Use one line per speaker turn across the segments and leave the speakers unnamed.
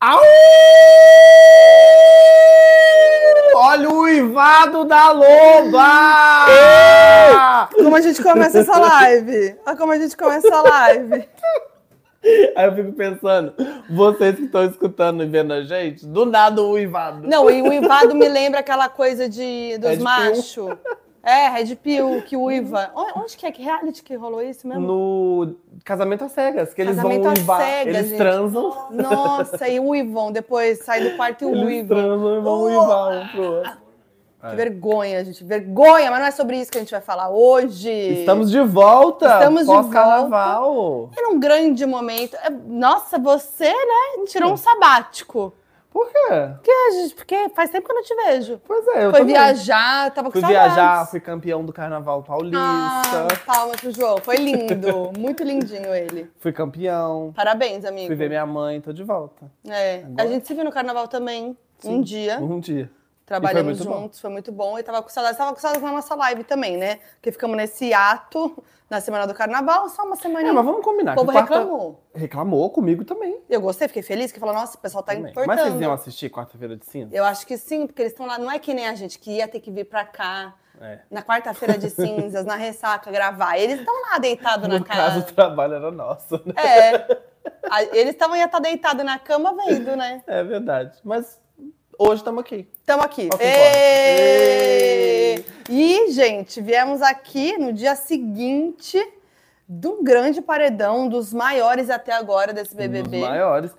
Au! Olha o uivado da loba!
Como a gente começa essa live? Olha como a gente começa a live.
Aí eu fico pensando, vocês que estão escutando e vendo a gente, do nada o uivado.
Não, e o uivado me lembra aquela coisa de, dos
Red pill.
machos. É, Red Pill, que uiva. O- Onde que é? Que reality que rolou isso mesmo?
No casamento às cegas, que eles
Casamento
vão
às
uivar.
cegas,
eles
gente.
transam,
Nossa, e uivam. Depois sai do quarto e
eles
uivam.
transam e vão uivar um pro
Ah,
outro.
Que vergonha, gente. Vergonha, mas não é sobre isso que a gente vai falar hoje.
Estamos de volta!
Estamos de
pós-carnaval.
Era um grande momento. É, Nossa, você, né, tirou um sabático.
Por quê?
É, gente, porque faz tempo que eu não te vejo.
Pois é, eu
Foi
também.
viajar, tava com
Fui
saudades.
viajar, fui campeão do carnaval paulista,
Ah, palmas pro João. Foi lindo. Muito lindinho ele.
fui campeão,
Parabéns, amigo.
fui ver minha mãe, tô de volta.
É.
Agora-
A gente se viu no carnaval também. Um
Sim.
dia.
Um dia.
Trabalhamos
muito bom.
juntos, foi muito bom. E tava com saudades. Tava com saudades na nossa live também, né? Porque ficamos nesse ato na semana do carnaval, só uma
É,
semaninha.
mas vamos combinar.
o povo
que quarta-
reclamou.
Reclamou comigo também.
Eu gostei, fiquei feliz, que falou, nossa, o pessoal tá
também.
importando.
Mas vocês iam assistir quarta-feira de cinza?
Eu acho que sim, porque eles estão lá. Não é que nem a gente que ia ter que vir pra cá
É.
na quarta-feira de cinzas, na ressaca, gravar. Eles estão lá deitados na
No caso, tá-
casa.
o trabalho era nosso, né?
É. A- Eles estavam ia estar deitado na cama vendo, né?
É verdade. Mas hoje estamos aqui.
Estamos aqui.
Ó, que
Ê! E, gente, viemos aqui no dia seguinte de um grande paredão, um dos maiores até agora desse
Um
BBB.
dos maiores.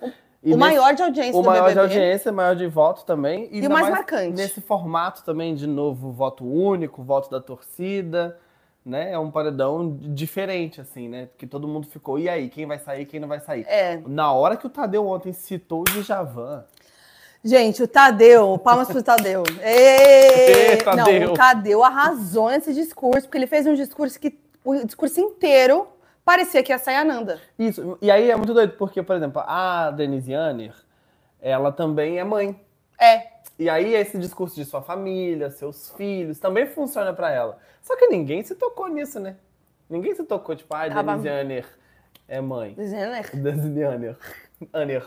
o maior de audiência
o
do
maior de
BBB.
audiência, maior de voto também.
E o
ainda
mais marcante.
Nesse formato também, de novo, voto único, voto da torcida, né? É um paredão diferente, assim, né? Que todo mundo ficou, e aí, quem vai sair, quem não vai sair?
É.
Na hora que o Tadeu ontem citou o Djavan,
Gente, o Tadeu, palmas pro Tadeu. Ê!
Ê, Tadeu.
Não, o Tadeu arrasou nesse discurso, porque ele fez um discurso que o discurso inteiro parecia que ia sair a Nanda.
isso. E aí é muito doido, porque, por exemplo, a Denise Yanner, ela também é mãe.
É,
E aí esse discurso de sua família, seus filhos, também funciona pra ela. Só que ninguém se tocou nisso, né? Ninguém se tocou, tipo, ah,
Tava-
Denise Yanner é mãe.
dizendo, né?
Denise Yanner. Yanner.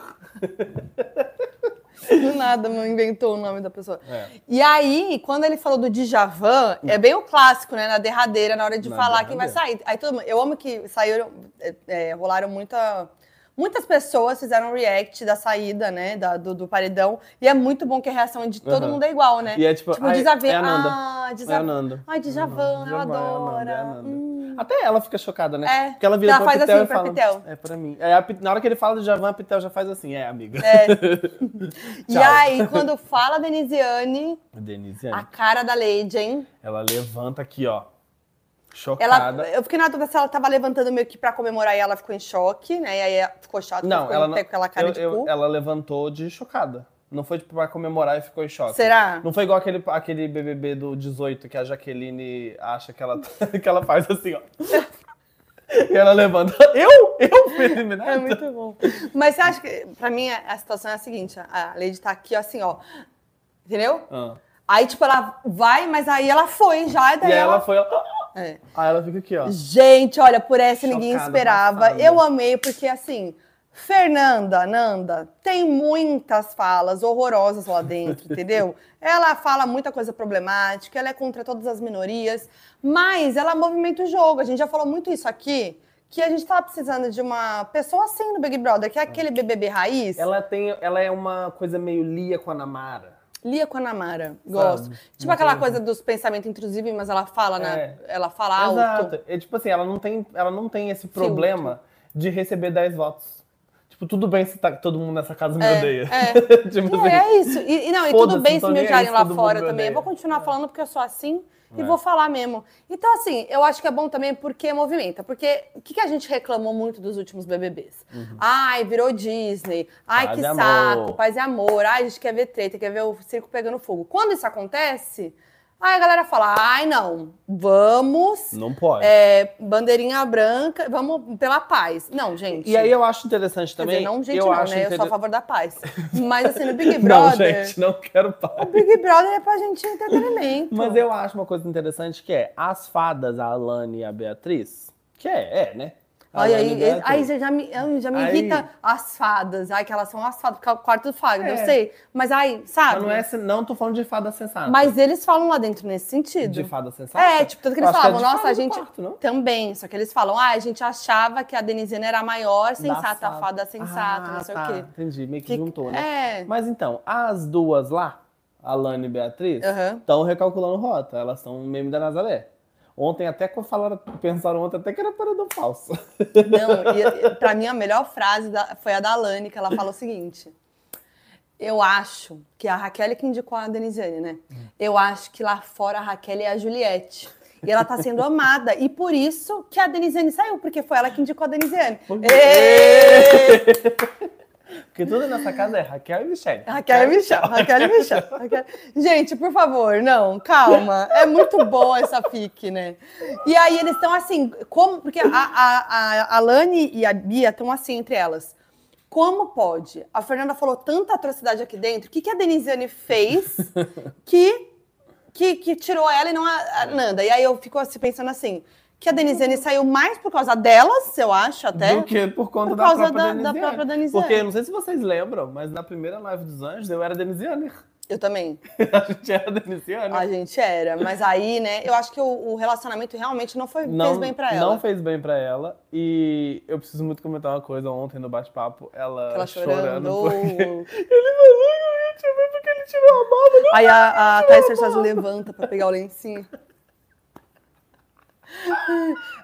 Do nada, não inventou o nome da pessoa.
É.
E aí, quando ele falou do Djavan, é bem o clássico, né? Na derradeira, na hora de
Na
falar quem vai sair. Aí todo mundo, eu amo que saíram, é, é, rolaram muita. Muitas pessoas fizeram um react da saída, né? da- do, do paredão. E é muito bom que a reação de todo
Aham.
mundo é igual, né?
E é tipo,
Tipo,
ai,
Djavan.
é a Nanda.
ah,
É a
Djavan.
Nanda.
Ai, Djavan, eu
Djavan, é a Nanda, é a
adoro.
Nanda.
Hum.
Até ela fica chocada, né?
É.
Porque ela vira
Ela
pra
faz
Pitel
assim
e
pra
fala,
Pitel.
é pra mim. É, a Pit- na hora que ele fala do Javan, a Pitel já faz assim, é, amiga.
É. e
Tchau.
aí, quando fala Denisiane,
Denise
a
Yanner,
cara da Lady, hein?
ela levanta aqui, ó, chocada.
Ela, eu fiquei na dúvida se ela tava levantando meio que pra comemorar e ela ficou em choque, né? E aí ela ficou chata,
Não,
ficou
ela não-
até com aquela cara
Eu-
de
eu-
cu.
ela levantou de chocada. Não foi tipo pra comemorar e ficou em choque.
Será?
Não foi igual aquele, aquele BBB do 18 que a Jaqueline acha que ela, que ela faz assim, ó. e ela levanta. Eu? Eu fui eliminada?
É muito bom. Mas você acha que, pra mim, a a situação é a seguinte: a Lady tá aqui, ó, assim, ó. Entendeu?
Ah.
Aí, tipo, ela vai, mas aí ela foi já, e
E
daí
aí ela
ela.
foi. ó.
É.
Aí ela fica aqui, ó.
Gente, olha, por essa ninguém
Chocada,
esperava.
passada.
Eu amei, porque assim, Fernanda, Nanda, tem muitas falas horrorosas lá dentro, entendeu? Ela fala muita coisa problemática, ela é contra todas as minorias, mas ela movimenta o jogo. A gente já falou muito isso aqui, que a gente tava precisando de uma pessoa assim no Big Brother, que é aquele BBB raiz.
Ela, tem, ela é uma coisa meio Lia com a Namara.
Lia Conamara, gosto.
Sabe?
Tipo
Uma
aquela
coisa-
coisa dos pensamentos intrusivos, mas ela fala, né? Ela fala alto.
Exato. É tipo assim, ela não tem, ela não tem esse problema de receber 10 votos. Tipo, tudo bem se tá, todo mundo nessa casa me
É,
odeia.
é.
tipo
Não,
assim.
é isso. E, e não, e
Foda-se,
tudo bem
não
se
tô
me
nem é aí
odiarem
se
lá
todo mundo
fora
me
também. Eu vou
odeia.
continuar falando porque eu sou assim e
É.
vou falar mesmo. Então, assim, eu acho que é bom também porque movimenta. Porque o que, que a gente reclamou muito dos últimos BBBs? Ai, virou Disney. Ai,
Uhum. Paz
que
e amor.
saco. Paz e amor. Ai, a gente quer ver treta, quer ver o circo pegando fogo. Quando isso acontece, aí a galera fala, ai, não, vamos...
Não pode.
é, bandeirinha branca, vamos pela paz. Não, gente.
E aí eu acho interessante
Quer
também.
dizer, não, gente,
eu
não,
acho
né? Eu sou a
inter-
favor da paz. Mas assim, no Big
Não,
Brother.
gente, não quero paz.
Big Brother é pra gente entretenimento.
Mas eu acho uma coisa interessante que é as fadas, a Alane e a Beatriz, que é, é né?
Aí, aí,
Lani Del
aí
Rey.
você já me, ai, já me
Aí-
irrita as fadas. Ai, que elas são as fadas, porque é o quarto do Fagner,
É.
eu sei. Mas aí, sabe?
Mas não, é, se- não tô falando de fada sensata.
Mas eles falam lá dentro nesse
De
sentido.
fada sensata?
É, tipo, tanto que
Eu
eles
acho
falavam,
é de
nossa,
fada
a
do
gente.
Quarto, não?
Também, só que eles falam, ah, a gente achava que a Denizena era a maior sensata,
fada.
a fada sensata,
ah,
não sei
tá,
o quê.
Entendi, meio que,
Que-
juntou, né?
É.
Mas então, as duas lá, Alane e Beatriz,
Aham.
estão recalculando rota. Elas são um meme da Nazaré. Ontem até co- falaram, pensaram ontem até que era paredão falso.
Não, e, e pra mim a melhor frase da- foi a da Alane, que ela fala o seguinte. Eu acho que a Raquel é que indicou a Denisiane, né? Eu acho que lá fora a Raquel é a Juliette. E ela tá sendo amada. E por isso que a Denisiane saiu, porque foi ela que indicou a Denisiane. Ê!
Porque tudo nessa casa é Raquel e Michelle.
Raquel e Michel, Raquel e Michel. Raquel- Gente, por favor, não, calma. É muito boa essa fic, né? E aí eles estão assim, como. Porque a, a, a, a Lani e a Bia estão assim entre elas. Como pode? A Fernanda falou tanta atrocidade aqui dentro. O que, que a Denisiane fez que, que, que tirou ela e não a, a Nanda? E aí eu fico assim, pensando assim: que a Denisiane saiu mais por causa delas, eu acho, até.
Do que por conta
Por
da
causa
própria
da-
Denisiane.
da própria Denisiane.
Porque, não sei se vocês lembram, mas na primeira live dos anjos eu era Denisiane.
Eu também.
A gente era Denisiane.
A gente era, mas aí, né, eu acho que o, o relacionamento realmente não foi fez bem pra ela.
Não fez bem pra ela. E eu preciso muito comentar uma coisa ontem no bate-papo. Ela,
Ela
chorando.
chorando.
porque- Ele falou que eu ia te ver porque ele tirou a barba.
Aí a, a Thaís Sérgio levanta pra pegar o lencinho.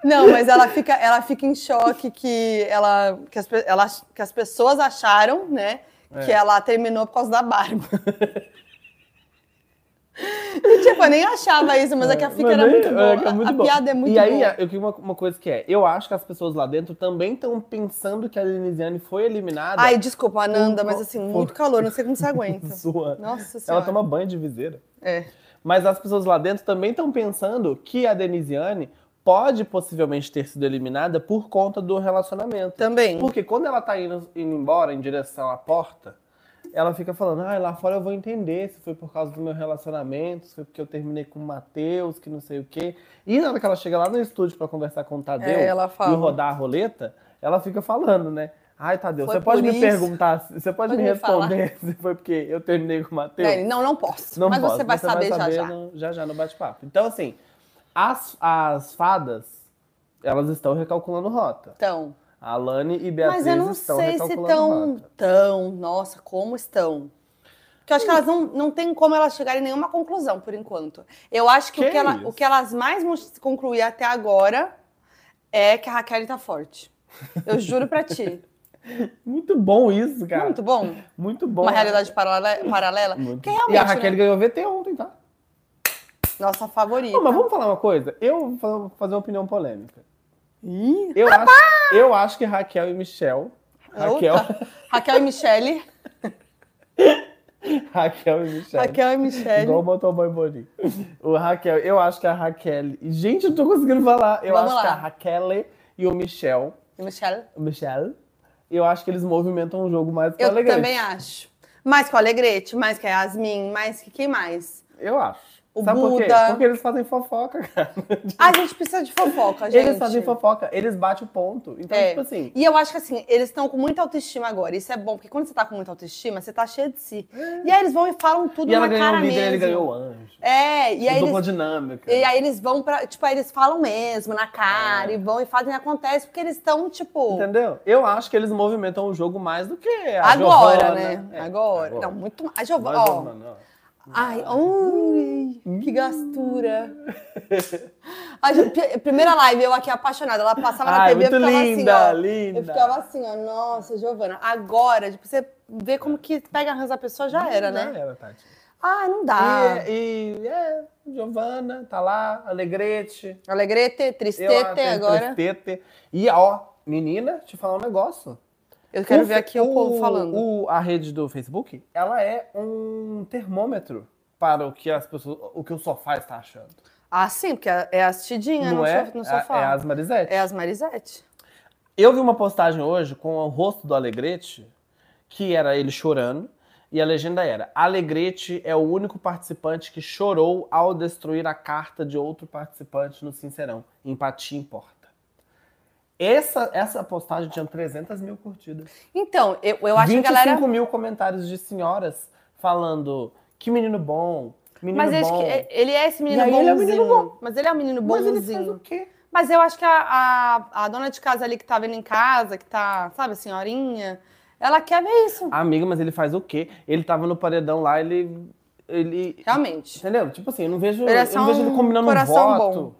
Não, mas ela fica, ela fica em choque que, ela, que, as, pe- ela, que as pessoas acharam, né?
É.
Que ela terminou por causa da barba. E, tipo, eu nem achava isso, mas é que a fica era
Mas nem-
muito boa.
é que é muito
a,
bom.
piada é muito
E aí,
boa.
eu queria uma, uma coisa que é: eu acho que as pessoas lá dentro também estão pensando que a Denisiane foi eliminada.
Ai, desculpa, Ananda,
Um-
mas assim, muito calor, não sei como você aguenta.
sua.
Nossa senhora.
Ela toma banho de viseira.
É.
Mas as pessoas lá dentro também estão pensando que a Denisiane pode possivelmente ter sido eliminada por conta do relacionamento.
Também.
Porque quando ela tá indo, indo embora em direção à porta, ela fica falando, ah, lá fora eu vou entender se foi por causa do meu relacionamento, se foi porque eu terminei com o Matheus, que não sei o quê. E na hora que ela chega lá no estúdio pra conversar com o Tadeu
É, ela
e
fala.
rodar a roleta, ela fica falando, né? Ai, Tadeu,
Foi
você pode
por
me
isso.
perguntar, você pode,
Pode
me
me falar.
responder se foi porque eu terminei com o Matheus?
Dani, não, não posso.
Não
mas
posso,
você vai saber, já já.
no- já já no bate-papo. Então, assim, as, as fadas, elas estão recalculando rota.
Então,
A Alane e Beatriz
mas eu não
estão
sei se
recalculando
estão
rota.
tão, nossa, como estão. Porque eu acho que elas não, não tem como elas chegarem a nenhuma conclusão por enquanto. Eu acho que,
Que
o, que ela-
isso?
o que elas mais vão concluir até agora é que a Raquel tá forte. Eu juro pra ti. é
Muito bom isso, cara. Muito,
Muito bom.
bom. é.
Uma realidade paralela. paralela.
Muito.
Porque
E a
realmente,
Raquel
né?
ganhou VT ontem, tá?
nossa favorita.
Não, mas vamos falar uma coisa. Eu vou fa- fazer uma opinião polêmica.
Ih,
Eu, acho, eu acho que Raquel e Michel. Raquel,
outra. Raquel e Michelle.
Raquel e Michel.
Raquel e Michelle.
Igual o motoboy Boninho. O Raquel, eu acho que a Raquel. Gente, eu não tô conseguindo falar. Eu
Vamos
acho que
lá.
a Raquel e o Michel.
E Michelle.
O Michel. Eu acho que eles movimentam o jogo mais pra
Eu
elegante.
também acho. Mais que o Alegrete, mais que a Yasmin, mais que quem mais?
Eu acho.
O
Sabe por quê?
Buda.
Porque eles fazem fofoca, cara.
Ah, A gente precisa de fofoca, gente.
Eles fazem fofoca, eles batem o ponto. Então,
É.
tipo assim.
E eu acho que assim, eles estão com muita autoestima agora. Isso é bom, porque quando você tá com muita autoestima, você tá cheio de si. E aí eles vão e falam tudo
É. E ela
na
ganhou
cara
o líder,
mesmo.
ele ganhou o anjo.
É, e
Mudou
aí eles.
uma dinâmica.
E aí eles vão pra. Tipo, aí eles falam mesmo na cara e vão e fazem acontece, porque eles estão, tipo.
É. Entendeu? Eu acho que eles movimentam o jogo mais do que a
Agora,
Giovana.
né?
É,
agora. Não, muito mais. A Giovana.
Vai,
Ó,
Giovana, ó.
Ai, ui, que gastura. A gente- pri- primeira live, eu aqui apaixonada. Ela passava na
Ai,
TV e
muito
ficava
linda,
assim, ó.
linda.
Eu ficava assim, ó, nossa, Giovana. Agora, tipo, você vê como que pega a rança da pessoa, já era, né?
Já era, Tati.
Ah, não dá.
E, e é, Giovana, tá lá, Alegrete.
Alegrete,
eu, a
tristete
Ter-
agora.
Tristete. E ó, menina, te falar um negócio.
Eu quero
O
ver
fe-
aqui o, povo falando.
o- a rede do Facebook, ela é um termômetro para o que as pessoas, o que o sofá está achando.
Ah, sim, porque é é as tidinhas
não
no,
é?
sof- no
É-
sofá.
É, as Marisette.
É as Marisette.
Eu vi uma postagem hoje com o rosto do Alegrete, que era ele chorando, e a legenda era: Alegrete é o único participante que chorou ao destruir a carta de outro participante no Sincerão. Empatia importa. Essa, essa postagem tinha 300 mil curtidas.
Então, eu, eu acho que a
25
galera.
mil comentários de senhoras falando que menino bom, menino
Mas acho
bom.
que é- ele é esse menino
E aí
bonzinho.
ele é um menino
Mas ele é um menino
Mas
bonzinho.
ele fez o quê?
Mas eu acho que a, a, a dona de casa ali que tá vendo em casa, que tá, sabe, a senhorinha, ela quer ver isso.
Amiga, mas ele faz o quê? Ele tava no paredão lá, ele. ele
Realmente.
entendeu? Tipo assim, eu não vejo,
Ele é
eu
só
não vejo
um
ele combinando um
coração
voto.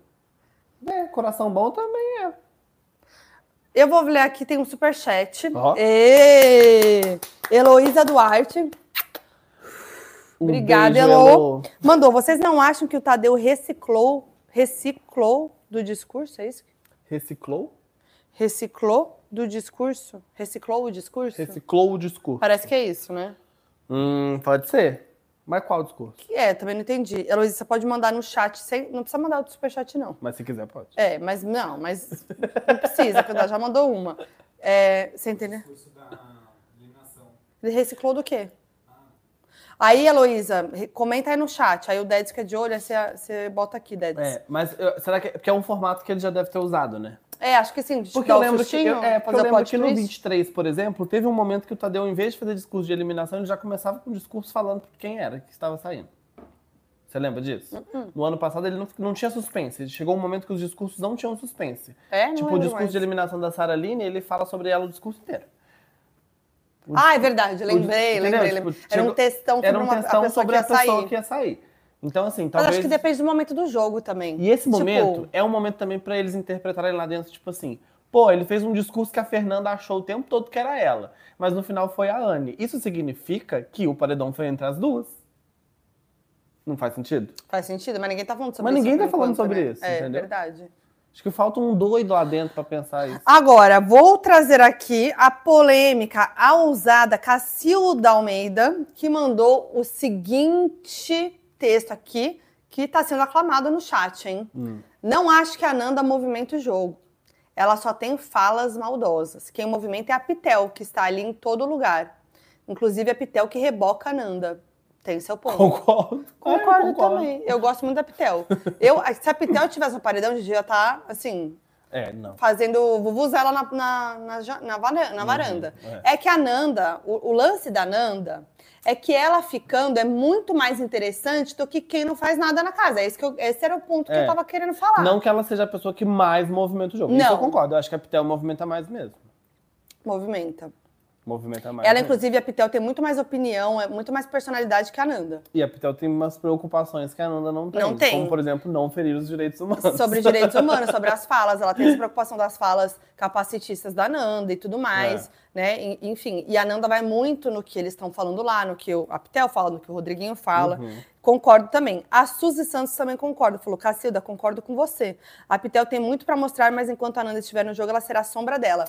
É, coração bom também.
Eu vou ler aqui, tem um superchat.
Ó.
Ê! Heloísa Duarte
Um
Obrigada,
beijo,
Elô. mandou. Vocês não acham que o Tadeu reciclou, reciclou do discurso? É isso?
Reciclou?
Reciclou do discurso? Reciclou o discurso?
Reciclou o discurso.
Parece que é isso, né?
Hum, pode ser. Mas qual discurso?
Que é, também não entendi. Heloísa, você pode mandar no chat, sem- não precisa mandar o superchat, não.
Mas se quiser, pode.
É, mas não, mas não precisa, porque ela já mandou uma. É, você entendeu? Ele reciclou do quê? Aí, Heloísa, re- comenta aí no chat. Aí o Dedes que é de olho, aí você, você bota aqui, Dedes.
É, mas eu- será que. Porque é um formato que ele já deve ter usado, né?
É. acho que sim.
Porque eu lembro que,
sustinho,
eu, é, porque
fazer
eu lembro
plot
que no
twist.
23, por exemplo, teve um momento que o Tadeu, em vez de fazer discurso de eliminação, ele já começava com um discurso falando quem era que estava saindo. Você lembra disso?
Uhum.
No ano passado ele não, não tinha suspense. Chegou um momento que os discursos não tinham suspense.
É, não
tipo, o
lembro
discurso
mais.
de eliminação da Sara Aline, ele fala sobre ela o discurso inteiro.
Ah, é verdade, lembrei,
Entendeu?
lembrei,
Tipo,
lembrei. Era um
chegou-
textão sobre
Era um
uma, a
textão
pessoa
sobre
que ia
a pessoa
sair.
que ia sair. Então, assim,
Mas
talvez.
acho que depende do momento do jogo também.
E esse
Tipo,
momento é um momento também pra eles interpretarem lá dentro, tipo assim, pô, ele fez um discurso que a Fernanda achou o tempo todo que era ela, mas no final foi a Anne. Isso significa que o paredão foi entre as duas. Não faz sentido?
Faz sentido, mas ninguém tá falando sobre
Mas
isso.
ninguém
por
tá falando
enquanto,
sobre
né?
isso,
É
entendeu?
verdade.
Acho que falta um doido lá dentro pra pensar isso.
Agora, vou trazer aqui a polêmica, a ousada Cacilda Almeida, que mandou o seguinte texto aqui, que está sendo aclamado no chat, hein?
Hum.
Não acho que a Nanda movimenta o jogo. Ela só tem falas maldosas. Quem movimenta é a Pitel, que está ali em todo lugar. Inclusive a Pitel que reboca a Nanda. Tem seu ponto.
Concordo.
Concordo,
É,
também. Eu gosto muito da Pitel. Eu, se a Pitel tivesse no paredão de dia, tá assim,
É, não.
fazendo vuvuzela na, na, na, ja- na vara- na varanda.
Uhum, é.
É que a Nanda, o, o lance da Nanda é que ela ficando é muito mais interessante do que quem não faz nada na casa. É isso que eu- esse era o ponto que
É.
eu tava querendo falar.
Não que ela seja a pessoa que mais movimenta o jogo. Isso
Não.
eu concordo. Eu acho que a Pitel movimenta mais mesmo.
Movimenta.
Movimenta mais.
ela,
mesmo.
inclusive, a Pitel tem muito mais opinião, é muito mais personalidade que a Nanda.
E a Pitel tem umas preocupações que a Nanda não tem.
Não tem.
Como, por exemplo, não ferir os direitos humanos.
Sobre direitos humanos, sobre as falas. Ela tem essa preocupação das falas capacitistas da Nanda e tudo mais,
É.
né? E- Enfim, e a Nanda vai muito no que eles estão falando lá, no que o a Pitel fala, no que o Rodriguinho fala.
Uhum.
Concordo também. A Suzy Santos também concorda. Falou, Cacilda, concordo com você. A Pitel tem muito pra mostrar, mas enquanto a Nanda estiver no jogo, ela será a sombra dela.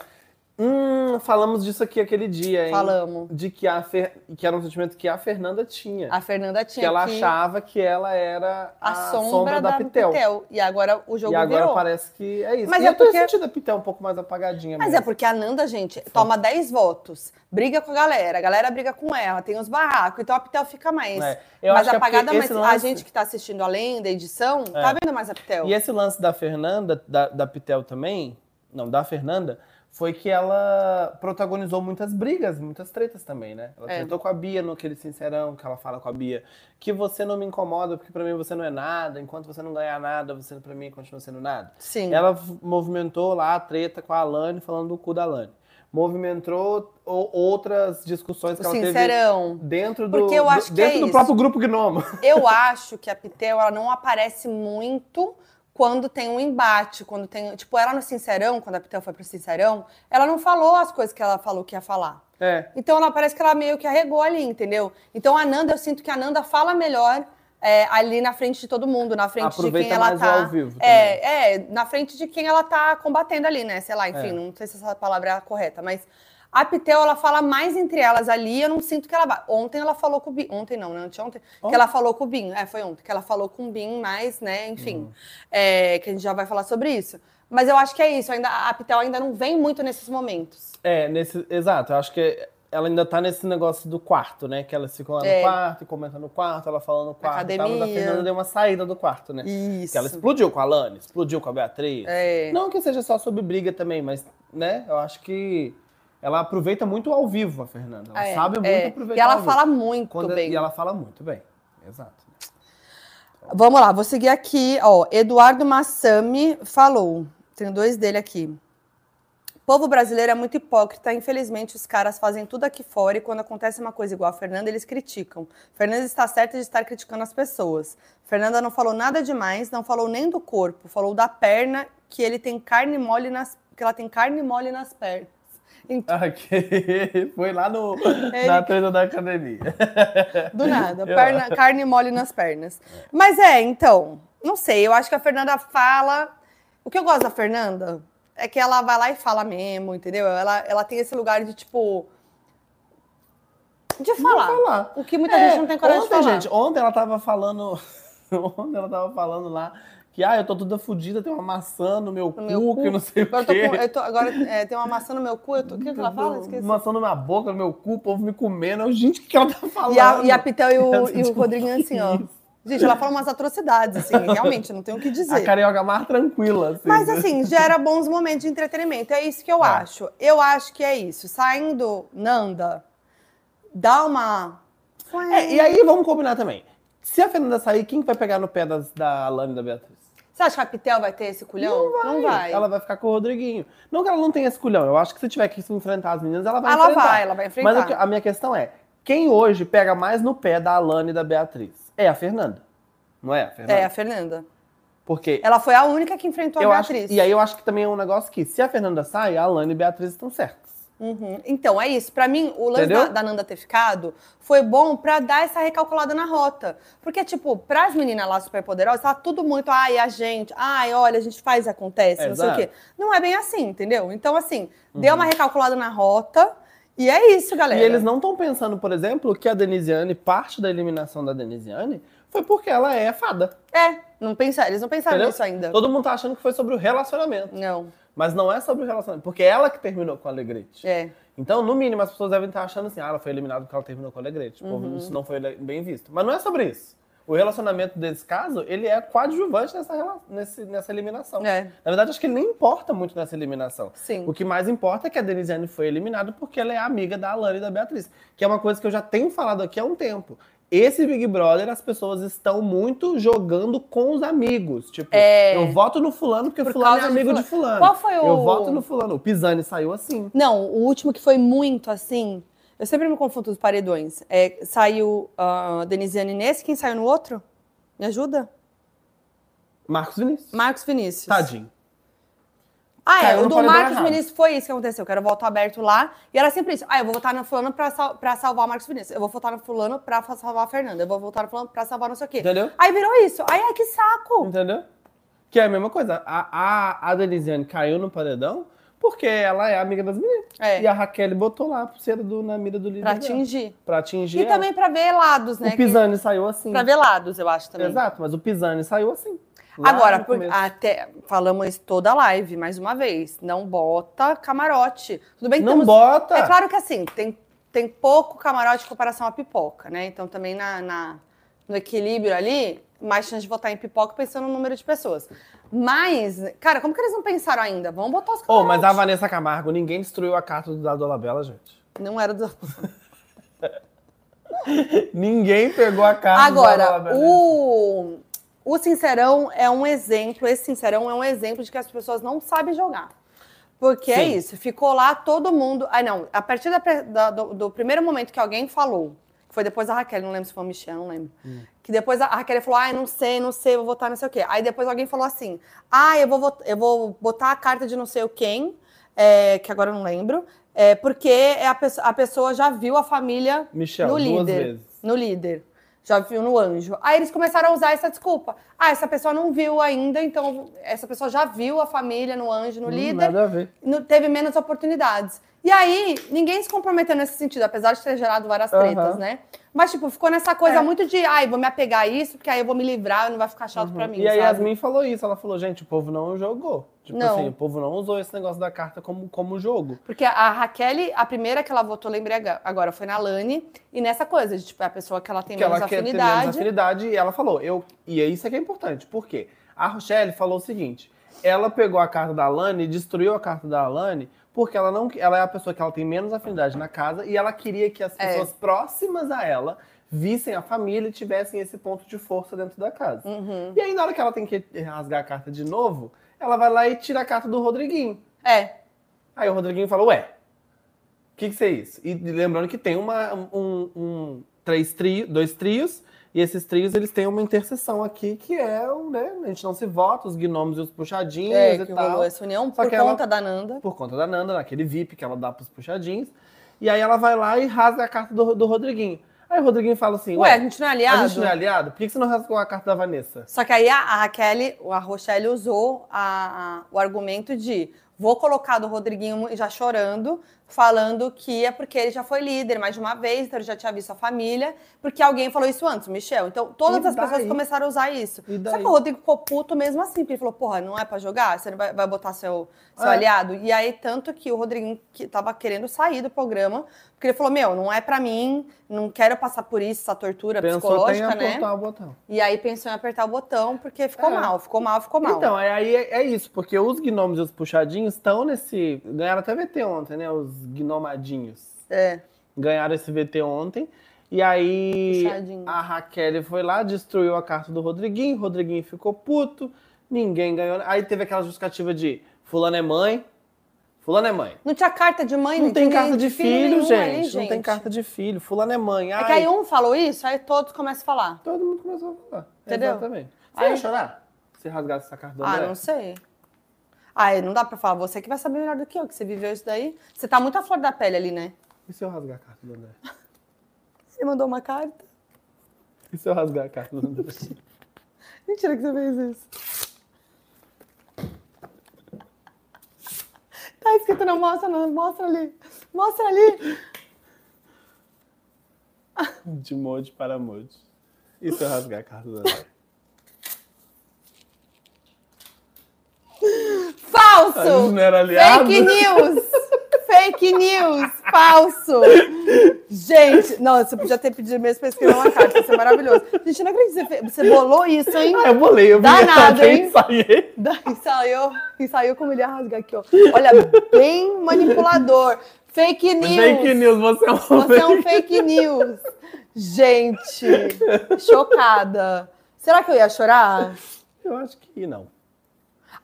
Hum, falamos disso aqui aquele dia, hein?
Falamos.
De que a Fer... que era um sentimento que a Fernanda tinha.
A Fernanda tinha
que ela
que-
achava que ela era
a, sombra,
da, Pitel.
E agora o jogo
E agora
virou.
parece que é isso.
Mas
e
é
eu tô
porque-
sentindo a Pitel um pouco mais apagadinha
Mas é
mesmo.
porque a Nanda, gente, toma 10 votos, briga com a galera, a galera briga com ela, tem os barracos, então a Pitel fica mais.
É. Eu
mais
acho que é porque
apagada, mas
esse
a
lance- É.
gente que tá assistindo além da edição, tá vendo mais a Pitel.
E esse lance da Fernanda, da, da Pitel também, não, da Fernanda, foi que ela protagonizou muitas brigas, muitas tretas também, né? Ela
É.
tretou com a Bia no aquele sincerão que ela fala com a Bia, que você não me incomoda, porque pra mim você não é nada, enquanto você não ganhar nada, você pra mim continua sendo nada.
Sim.
Ela v- movimentou lá a treta com a Alane, falando do cu da Alane. Movimentou o- outras discussões que
O
ela
sincerão.
teve dentro do,
Porque eu
do-
acho que
dentro
é
do
isso.
próprio grupo Gnomo.
Eu acho que a Pitel ela não aparece muito quando tem um embate, quando tem. Tipo, ela no Sincerão, quando a Pitel foi pro Sincerão, ela não falou as coisas que ela falou que ia falar.
É.
Então ela parece que ela meio que arregou ali, entendeu? Então a Nanda, eu sinto que a Nanda fala melhor é, ali na frente de todo mundo, na frente de
Aproveita
quem ela
mais o
tá.
ao vivo também.
é, é, na frente de quem ela tá combatendo ali, né? Sei lá, enfim,
É.
não sei se essa palavra é a correta, mas a Pitel ela fala mais entre elas ali, eu não sinto que ela. ba- Ontem ela falou com o Binho. Ontem não, né? Anteontem. Que
Ontem?
ela falou com o Binho. É, foi ontem. Que ela falou com o Binho mais, né? Enfim.
Uhum.
é, que a gente já vai falar sobre isso. Mas eu acho que é isso. Ainda, a Pitel ainda não vem muito nesses momentos.
É, nesse, exato. Eu acho que ela ainda tá nesse negócio do quarto, né? Que elas ficam lá no
É.
quarto, e comenta no quarto, ela fala no quarto. e tal, mas
academia.
a Fernanda deu uma saída do quarto, né?
Isso.
Que ela explodiu com a Lani, explodiu com a Beatriz.
É.
Não que seja só sobre briga também, mas, né? Eu acho que ela aproveita muito ao vivo, a Fernanda. Ela
É,
sabe muito
é.
aproveitar
E ela
ao vivo.
fala muito
Quando-
bem.
E ela fala muito bem. Exato.
Vamos lá, vou seguir aqui. Ó, Eduardo Massami falou. Tem dois dele aqui. Povo brasileiro é muito hipócrita. Infelizmente, os caras fazem tudo aqui fora e quando acontece uma coisa igual a Fernanda, eles criticam. Fernanda está certa de estar criticando as pessoas. Fernanda não falou nada demais, não falou nem do corpo, falou da perna que ele tem carne mole nas, que ela tem carne mole nas pernas.
Ah, que Foi lá no,
É, Ele-
na treta da academia.
Do nada,
Eu-
perna- carne mole nas pernas. Mas é, então, não sei, eu acho que a Fernanda fala. O que eu gosto da Fernanda é que ela vai lá e fala mesmo, entendeu? Ela, ela tem esse lugar de tipo. de falar.
Falar.
O que muita
É,
gente não tem coragem
ontem,
de falar.
gente, ontem ela tava falando. ontem ela tava falando lá que, ah, eu tô toda fodida, tem uma maçã no meu,
No meu
cu, que
cu.
não sei o
agora eu tô
quê.
com- eu tô- agora, é, tem uma maçã no meu cu, eu tô, o que, que ela fala? Esqueci.
Maçã na minha boca, no meu cu, o povo me comendo. Eu, gente, o que ela tá falando?
E a, e a Pitel e o, e o
Tipo,
Rodriguinho assim, ó. Gente, ela fala umas atrocidades, assim, realmente, não tem o que dizer.
A carioca mais tranquila, assim.
Mas
né?
assim, gera bons momentos de entretenimento. É isso que eu
É.
acho. Eu acho que é isso. Saindo, Nanda, dá uma.
É, e aí, vamos combinar também. Se a Fernanda sair, quem que vai pegar no pé das, da Alane e da Beatriz?
Você acha que a Pitel vai ter esse culhão? Não vai.
Ela vai ficar com o Rodriguinho. Não que ela não tenha esse culhão. Eu acho que se tiver que se enfrentar as meninas, ela vai
Ela
enfrentar.
vai, ela vai enfrentar.
Mas o que- a minha questão é: quem hoje pega mais no pé da Alane e da Beatriz? É a Fernanda. Não é a Fernanda?
É, a Fernanda.
Porque
Ela foi a única que enfrentou
eu
a
acho.
Beatriz.
E aí eu acho que também é um negócio que, se a Fernanda sai, a Alane e a Beatriz estão certas.
Uhum. Então, é isso. Pra mim, o lance
Entendeu?
da, da Nanda ter ficado foi bom pra dar essa recalculada na rota. Porque, tipo, pras meninas lá superpoderosas, tá tudo muito, ai, a gente, ai, olha, a gente faz e acontece, não sei o
Exato. Uhum.
quê. Não é bem assim, entendeu? Então, assim, deu uma recalculada na rota e é isso, galera.
E eles não estão pensando, por exemplo, que a Denisiane, parte da eliminação da Denisiane, foi porque ela é fada.
É, não pensa, eles não pensaram
Entendeu?
nisso ainda.
Todo mundo tá achando que foi sobre o relacionamento.
Não,
Mas não é sobre o relacionamento. Porque ela que terminou com a Alegrete.
é.
Então, no mínimo, as pessoas devem estar achando assim, ah, ela foi eliminada porque ela terminou com o Alegrete. O povo,
Uhum.
Isso não foi le- bem visto. Mas não é sobre isso. O relacionamento desse caso, ele é coadjuvante nessa, rela- nesse- nessa eliminação.
É,
Na verdade, acho que ele nem importa muito nessa eliminação.
sim.
Então, O que mais importa é que a Denisiane foi eliminada porque ela é amiga da Alane e da Beatriz. Que é uma coisa que eu já tenho falado aqui há um tempo. Esse Big Brother, as pessoas estão muito jogando com os amigos. Tipo,
É.
eu voto no fulano porque
Por
fulano é
causa de
amigo
fulano.
de fulano.
Qual foi o.
Eu voto no fulano. O Pisani saiu assim.
Não, o último que foi muito assim. Eu sempre me confundo dos paredões. É, saiu a Denisiane nesse, quem saiu no outro? Me ajuda?
Marcos Vinícius.
Marcos Vinícius.
Tadinho.
Ah, é.
Caiu
O
no
do
paredão
Marcos
errado.
Vinícius foi isso que aconteceu. Que era o voto aberto lá. E era sempre isso. Ah, eu vou votar no fulano pra, sal- pra salvar o Marcos Vinícius. Eu vou votar no fulano pra fa- salvar a Fernanda. Eu vou votar no fulano pra salvar não sei o quê.
Entendeu?
Aí virou isso. Aí, ai, que saco.
Entendeu? Que é a mesma coisa. A, a, a Denisiane caiu no paredão porque ela é amiga das meninas.
É,
E a Raquel botou lá a pulseira do, na mira do líder.
pra
dela.
atingir.
Pra atingir.
E
ela.
também pra ver lados, né?
O
que-
Pisani saiu assim.
Pra ver lados, eu acho também.
Exato, mas o Pisani saiu assim. Lá
Agora,
no
por- ah,
começo.
até falamos isso toda a live, mais uma vez. Não bota camarote. Tudo bem que
não
temos-
bota.
É claro que assim, tem, tem pouco camarote em comparação à pipoca, né? Então também na, na- no equilíbrio ali, mais chance de votar em pipoca pensando no número de pessoas. Mas, cara, como que eles não pensaram ainda? Vamos botar os
Ô,
camarotes.
mas a Vanessa Camargo, ninguém destruiu a carta do Dado Dolabella, gente.
Não era do...
Ninguém pegou a carta do Dado
Agora,
Dolabella.
o, o Sincerão é um exemplo, esse Sincerão é um exemplo de que as pessoas não sabem jogar. Porque é
Sim.
isso, ficou lá todo mundo. Ah, não, a partir da pre- da- do, do primeiro momento que alguém falou, que foi depois da Raquel, não lembro se foi o Michel, não lembro. Que depois a a Raquel falou, ai, não sei, não sei, vou votar não sei o quê. Aí depois alguém falou assim, ah, eu vou, vot- eu vou botar a carta de não sei o quem, é, que agora eu não lembro, é, porque é a, pesso- a pessoa já viu a família
Michel,
no
duas
líder.
vezes.
No líder. Já viu no anjo. Aí eles começaram a usar essa desculpa. Ah, essa pessoa não viu ainda, então essa pessoa já viu a família no anjo, no
Hum,
líder,
Nada a ver.
não- teve menos oportunidades. E aí, ninguém se comprometeu nesse sentido, apesar de ter gerado várias
Aham.
tretas, né? Mas, tipo, ficou nessa coisa
É.
muito de, ai, vou me apegar a isso, porque aí eu vou me livrar, não vai ficar chato pra mim,
Uhum. E a
sabe?
Yasmin falou isso, ela falou, gente, o povo não jogou. Tipo
Não.
assim, o povo não usou esse negócio da carta como, como jogo.
Porque a Raquel, a primeira que ela votou, lembrei aga- agora, foi na Lani, e nessa coisa, de, tipo, é a pessoa que ela tem
que
menos
ela quer ter menos
afinidade.
afinidade e ela falou, eu. E é isso que é importante, por quê? A Rochelle falou o seguinte: ela pegou a carta da Alane e destruiu a carta da Alane, porque ela não. Ela é a pessoa que ela tem menos afinidade na casa e ela queria que as
É.
pessoas próximas a ela vissem a família e tivessem esse ponto de força dentro da casa.
Uhum.
E aí, na hora que ela tem que rasgar a carta de novo, ela vai lá e tira a carta do Rodriguinho.
É,
Aí o Rodriguinho falou, ué, o que que isso é isso? E lembrando que tem uma, um, um- três trio, dois trios, e esses trios, eles têm uma interseção aqui, que é, o, né, a gente não se vota, os gnomos e os puxadinhos
é assim.
e
que
tal.
rolou essa união
Só
por
que ela-
conta da Nanda.
Por conta da Nanda, naquele VIP que ela dá pros puxadinhos. E aí ela vai lá e rasga a carta do, do Rodriguinho. Aí o Rodriguinho fala assim,
Ué, a
ué,
gente não é
a
aliado?
gente não é aliado? Por que que você não rasgou a carta da Vanessa?
Só que aí a, a Raquel, a Rochelle usou a- a- o argumento de vou colocar do Rodriguinho já chorando, falando que é porque ele já foi líder mais de uma vez, então ele já tinha visto a família, porque alguém falou isso antes, Michel. Então todas
E
as pessoas
daí?
começaram a usar isso.
E
Só
daí?
que o Rodrigo ficou puto mesmo assim, porque ele falou, porra, não é pra jogar? Você não vai, vai botar seu, seu
É.
aliado? E aí, tanto que o Rodriguinho que tava querendo sair do programa, porque ele falou, meu, não é pra mim, não quero passar por isso, essa tortura
Pensou tem
psicológica,
a
né?
portar o botão.
E aí pensou em apertar o botão, porque ficou
É.
mal, ficou mal, ficou mal.
Então, é- aí é, é isso, porque os gnomos e os puxadinhos estão nesse. Ganharam até VT ontem, né? Os gnomadinhos.
é,
Ganharam esse VT ontem. E aí
puxadinho.
a Raquel foi lá, destruiu a carta do Rodriguinho, Rodriguinho ficou puto, ninguém ganhou. Aí teve aquela justificativa de fulano é mãe. Fulano é mãe.
Não tinha carta de mãe,
Não
nem-
tem carta de filho,
nenhum
gente.
ali,
Não tem carta de filho. Fulano é mãe.
É que
Ai,
aí um falou isso, aí todos começam a falar.
Todo mundo começou a falar.
Entendeu?
Exatamente. Você
Aí-
ia chorar? Se rasgasse essa carta do
Ah,
André?
não sei. Ah, não dá pra falar, você que vai saber melhor do que eu, que você viveu isso daí. Você tá muito à flor da pele ali, né?
E se eu rasgar a carta do André?
Você mandou uma carta?
E se eu rasgar a carta do André?
Mentira que você fez isso. Tá escrito, não mostra, não, mostra ali. Mostra ali.
De molde para molde. E se eu rasgar a carta do André? A gente
Falso!
não era aliado?
Fake news! Fake news! Falso! Gente, não, você podia ter pedido mesmo pra escrever uma carta, isso é maravilhoso. Gente, eu não acredito que você, fe- você bolou isso, hein?
Ah, eu bolei, eu Tá, vi
Danado,
até
hein?
ensaiei.
Daí saiu, e saiu como ele rasga aqui, ó. Olha, bem manipulador. Fake news!
Fake news, você é um
Você é um
fake-
fake news! Gente, chocada. Será que eu ia chorar?
Eu acho que não.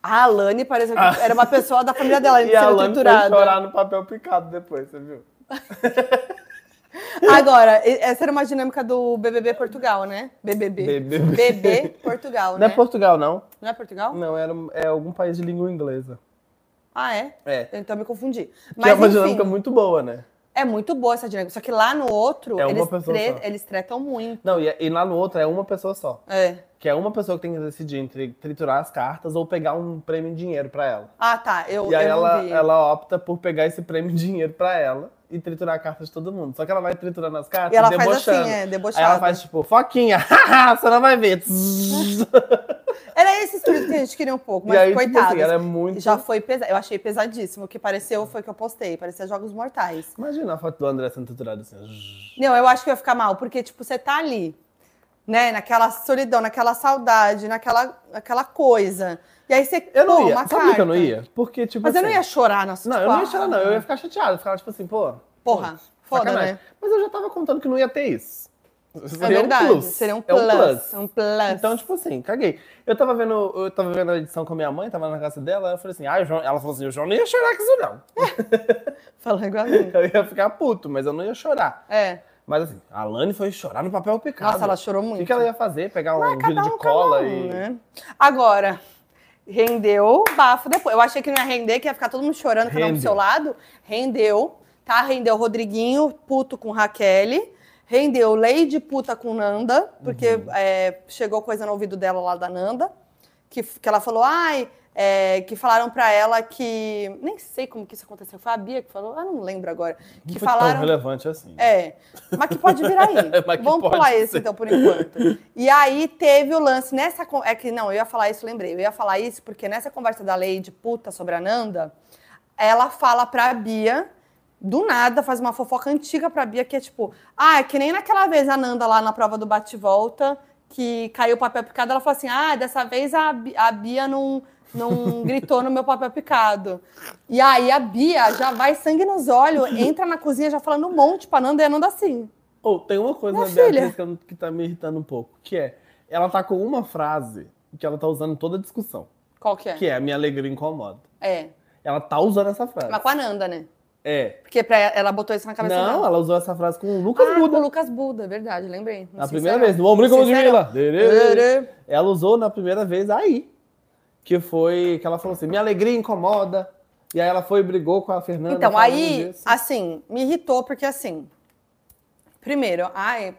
A Alane parecia que
Ah.
era uma pessoa da família dela
E a
sendo
Alane foi
torturada.
chorar no papel picado depois, você viu?
Agora, e- essa era uma dinâmica do BBB Portugal, né? BBB.
BBB.
BB Portugal,
Não
né?
é Portugal, não.
Não é Portugal?
Não, era, um- é algum país de língua inglesa.
Ah, é?
É.
Então me confundi.
Que é
Mas,
uma
enfim,
dinâmica muito boa, né?
é muito boa essa dinâmica. Só que lá no outro,
É uma
eles,
pessoa
tre-
só.
eles tretam muito.
Não, e, e lá no outro é uma pessoa só.
É.
Que é uma pessoa que tem que decidir entre triturar as cartas ou pegar um prêmio em dinheiro pra ela.
Ah, tá. Eu,
E aí
eu
ela,
não vi.
ela opta por pegar esse prêmio de dinheiro pra ela e triturar a carta de todo mundo. Só que ela vai triturando as cartas
E ela faz
debochando.
assim, é,
aí
debochada.
ela faz tipo, foquinha, haha, você não vai ver. e
Era esse espírito que a gente queria um pouco, mas
aí, tipo
coitado.
assim, ela é muito.
Já foi pesado. Eu achei pesadíssimo. O que pareceu foi o que eu postei. Parecia Jogos Mortais.
Imagina a foto do André sendo triturado assim. zzz.
Não, eu acho que eu ia ficar mal, porque, tipo, você tá ali, né? Naquela solidão, naquela saudade, naquela, naquela coisa. E aí você.
Eu não
pô,
ia.
uma
Sabe por que eu não
carta.
ia? Porque, tipo.
Mas eu não
assim,
ia chorar, nossa.
Não,
tipo,
eu não ia
ah,
chorar, não. Eu ia ficar chateado. Ficava tipo assim, pô.
Porra,
pô,
foda,
sacanagem.
né?
Mas eu já tava contando que não ia ter isso.
É verdade. Seria um
É
plus. um plus.
Então, tipo assim, caguei. Eu tava vendo, eu tava vendo a edição com a minha mãe, tava na casa dela, eu falei assim, ah, o João, ela falou assim, o João não ia chorar com isso, não.
Falando igual a mim.
Eu ia ficar puto, mas eu não ia chorar.
É.
Mas assim, a Lani foi chorar no papel picado.
Nossa, ela chorou
O
muito.
que, que ela ia fazer? Pegar um vidro
Cada um,
de
cada
cola
um,
e.
né? Agora, rendeu bafo depois. Eu achei que não ia render, que ia ficar todo mundo chorando, cada um pro
Rendeu.
seu lado. Rendeu, tá? Rendeu Rodriguinho, puto com Raquel. Rendeu Lady puta com
Uhum.
Nanda, porque é, chegou coisa no ouvido dela lá da Nanda, que, que ela falou, ai, é, é, que falaram pra ela que. Nem sei como que isso aconteceu. Foi a Bia que falou, ah, não lembro agora. Que
foi tão
falaram.
relevante assim.
É, mas que pode vir aí.
Mas que
Vamos
pode
pular esse
ser.
então por enquanto. E aí teve o lance nessa con- é que não, eu ia falar isso, lembrei. Eu ia falar isso porque nessa conversa da Lady puta sobre a Nanda, ela fala pra Bia do nada faz uma fofoca antiga pra Bia que é tipo, ah, é que nem naquela vez a Nanda lá na prova do bate-volta que caiu o papel picado, ela falou assim: "Ah, dessa vez a, Bi- a Bia não não gritou no meu papel picado. E aí a Bia já vai sangue nos olhos, entra na cozinha já falando um monte pra Nanda e a Nanda assim.
Ou tem uma coisa na
Minha
Beatriz
filha.
que, eu não- que tá me irritando um pouco, que é ela tá com uma frase que ela tá usando em toda a discussão,
Qual que é?
que é a minha alegria incomoda.
É.
Ela tá usando essa frase.
Mas com a Nanda, né?
É.
Porque pra ela, ela botou isso na cabeça
Não,
dela.
ela usou essa frase com o Lucas
Ah,
Buda.
com o Lucas Buda, verdade, lembrei.
Na
Não sei
primeira
se era.
vez, no Ombro com de
Sincero.
Mila. Ela usou na primeira vez aí. Que foi que ela falou assim: minha alegria incomoda. E aí ela foi e brigou com a Fernanda.
Então,
falando
aí,
disso.
assim, me irritou, porque assim. Primeiro, ai,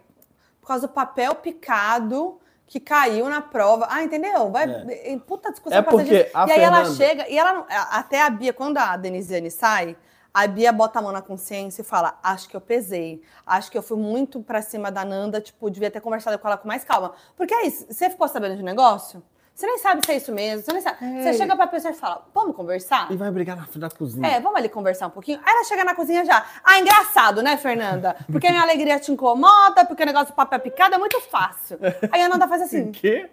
por causa do papel picado que caiu na prova. Ah, entendeu? Vai. em Puta discussão
É
pra causa
porque
disso.
a
E aí ela
Fernanda-
chega, e ela. não- a- Até a Bia, quando a Denisiane sai. A Bia bota a mão na consciência e fala: Acho que eu pesei. Acho que eu fui muito pra cima da Nanda. Tipo, devia ter conversado com ela com mais calma. Porque é isso. Você ficou sabendo de um negócio? Você nem sabe se é isso mesmo. Você nem sabe.
É.
Você chega pra pessoa e fala: Vamos conversar?
E vai brigar na frente da cozinha.
É, vamos ali conversar um pouquinho. Aí ela chega na cozinha já. Ah, engraçado, né, Fernanda? Porque a minha alegria te incomoda, porque o negócio do papel picado é muito fácil. Aí a Nanda faz assim:
Quê?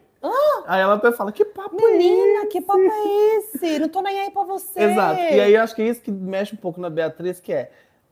Aí ela até fala: que papo é
Menina, que papo é esse? Não tô nem aí pra você.
Exato. E aí eu acho que é isso que mexe um pouco na Beatriz, que é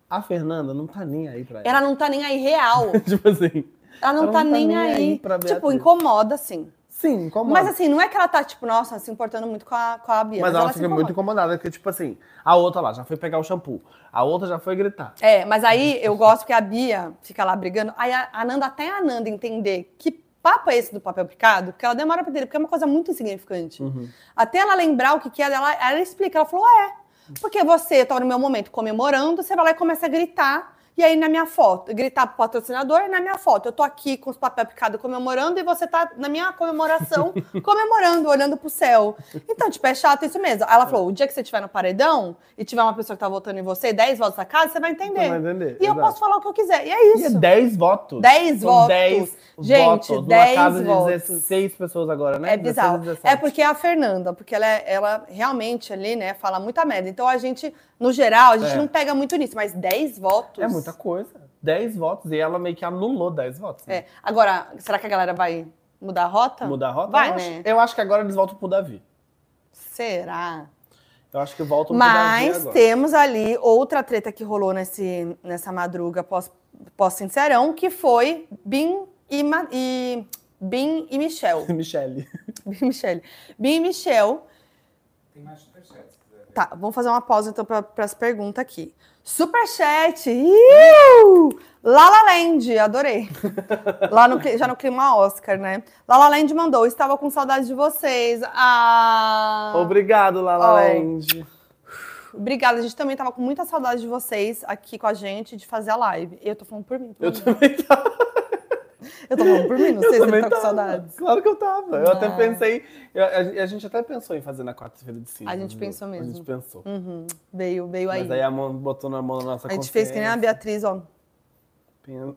a Fernanda não tá nem aí pra ela.
Ela não tá nem aí real.
tipo assim.
Ela não, tá, nem, aí.
pra
tipo,
Beatriz.
incomoda, assim.
Sim, incomoda.
Mas assim, não é que ela tá, tipo, nossa, se importando muito com a, com a Bia.
Mas ela,
se
fica muito
incomoda.
incomodada, porque, tipo assim, a outra lá já foi pegar o shampoo, a outra já foi gritar. Tá
É, mas aí eu gosto porque a Bia fica lá brigando. Aí a a Nanda, até a Nanda entender que papo é esse do papel picado, porque ela demora pra entender, porque é uma coisa muito insignificante. Até ela lembrar o que, que é dela, ela explica. Ela falou: é, porque você tá no meu momento comemorando, você vai lá e começa a gritar. E aí na minha foto, gritar pro patrocinador e na minha foto. Eu tô aqui com os papel picado comemorando e você tá na minha comemoração comemorando, olhando pro céu. Então, tipo, é chato isso mesmo. Aí ela falou: o dia que você estiver no paredão e tiver uma pessoa que tá votando em você, 10 votos da casa, você vai entender.
Você vai entender,
É. E eu
exato.
posso falar o que eu quiser. E é
E é
isso.
10 votos.
10
São
votos.
10
Gente,
votos.
10
Numa casa
votos.
de 16 pessoas agora, né?
É bizarro.
16, 17.
É porque a Fernanda, porque ela, é- ela realmente ali, né, fala muita merda. Então a gente, no geral, a gente
É.
não pega muito nisso, mas 10 votos.
É muita coisa. 10 votos. E ela meio que anulou 10 votos. né?
É. Agora, será que a galera vai mudar a rota?
Mudar a rota?
Vai,
eu, acho,
né?
eu acho que agora eles voltam pro Davi.
Será?
Eu acho que voltam pro Davi
Mas
agora.
temos ali outra treta que rolou nesse, nessa madruga pós, pós-sincerão, que foi Bin e, Ma- e, Bin e Michel.
Michele.
Bin e Michelle. Bin e Michel
Tem mais superchat, se quiser ver.
Tá, vamos fazer uma pausa então para as perguntas aqui. Superchat! Iu! Lala Land, adorei. Lá no, cli- já no clima Oscar, né? Lala Land mandou, estava com saudade de vocês. Ah,
Obrigado, Lala
Oh.
Land.
obrigada, a gente também estava com muita saudade de vocês aqui com a gente, de fazer a live. Eu tô falando por mim. por
Eu
mim.
também tava.
Eu tô falando por mim, não sei se você
também
tá com
tava.
saudade.
Claro que eu tava. Eu até
Ah.
pensei. eu- a, a gente até pensou em fazer na quarta-feira de cinzas.
A gente
viu?
pensou
A gente
mesmo.
pensou.
Uhum, veio, veio aí.
Mas aí a mão botou na mão na nossa
a gente fez que nem a Beatriz, ó.
consciência.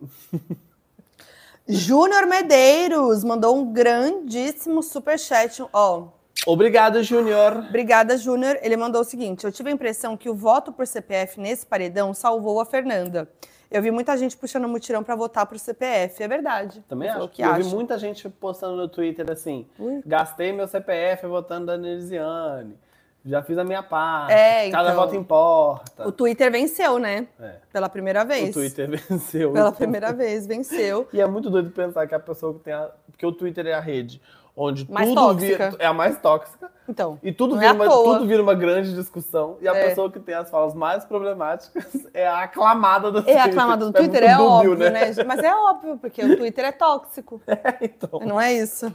Júnior Medeiros mandou um grandíssimo superchat, ó.
Obrigado, Júnior.
Obrigada, Júnior. Ele mandou o seguinte: eu tive a impressão que o voto por CPF nesse paredão salvou a Fernanda. Eu vi muita gente puxando mutirão pra votar pro CPF. É verdade.
Também
Ele falou
acho.
que
eu
acha.
vi muita gente postando no Twitter assim:
Ui.
gastei meu CPF votando da Nelisiane. Já fiz a minha parte.
É,
Cada
então.
voto importa.
O Twitter venceu, né?
Tá. É.
Pela primeira vez.
O Twitter venceu.
Pela primeira vez, venceu.
E é muito doido pensar que a pessoa que tem a. Porque o Twitter é a rede onde
Mais
tudo vira-
tóxica.
é a mais tóxica.
Então,
E tudo
Não
vira,
é à
uma,
toa.
tudo vira uma grande discussão. E a
É.
pessoa que tem as falas mais problemáticas é a aclamada do
é aclamada do Twitter, é,
Tá muito dúbio,
óbvio, né? gente? Mas é óbvio, porque o Twitter é tóxico.
Então,
Não é isso?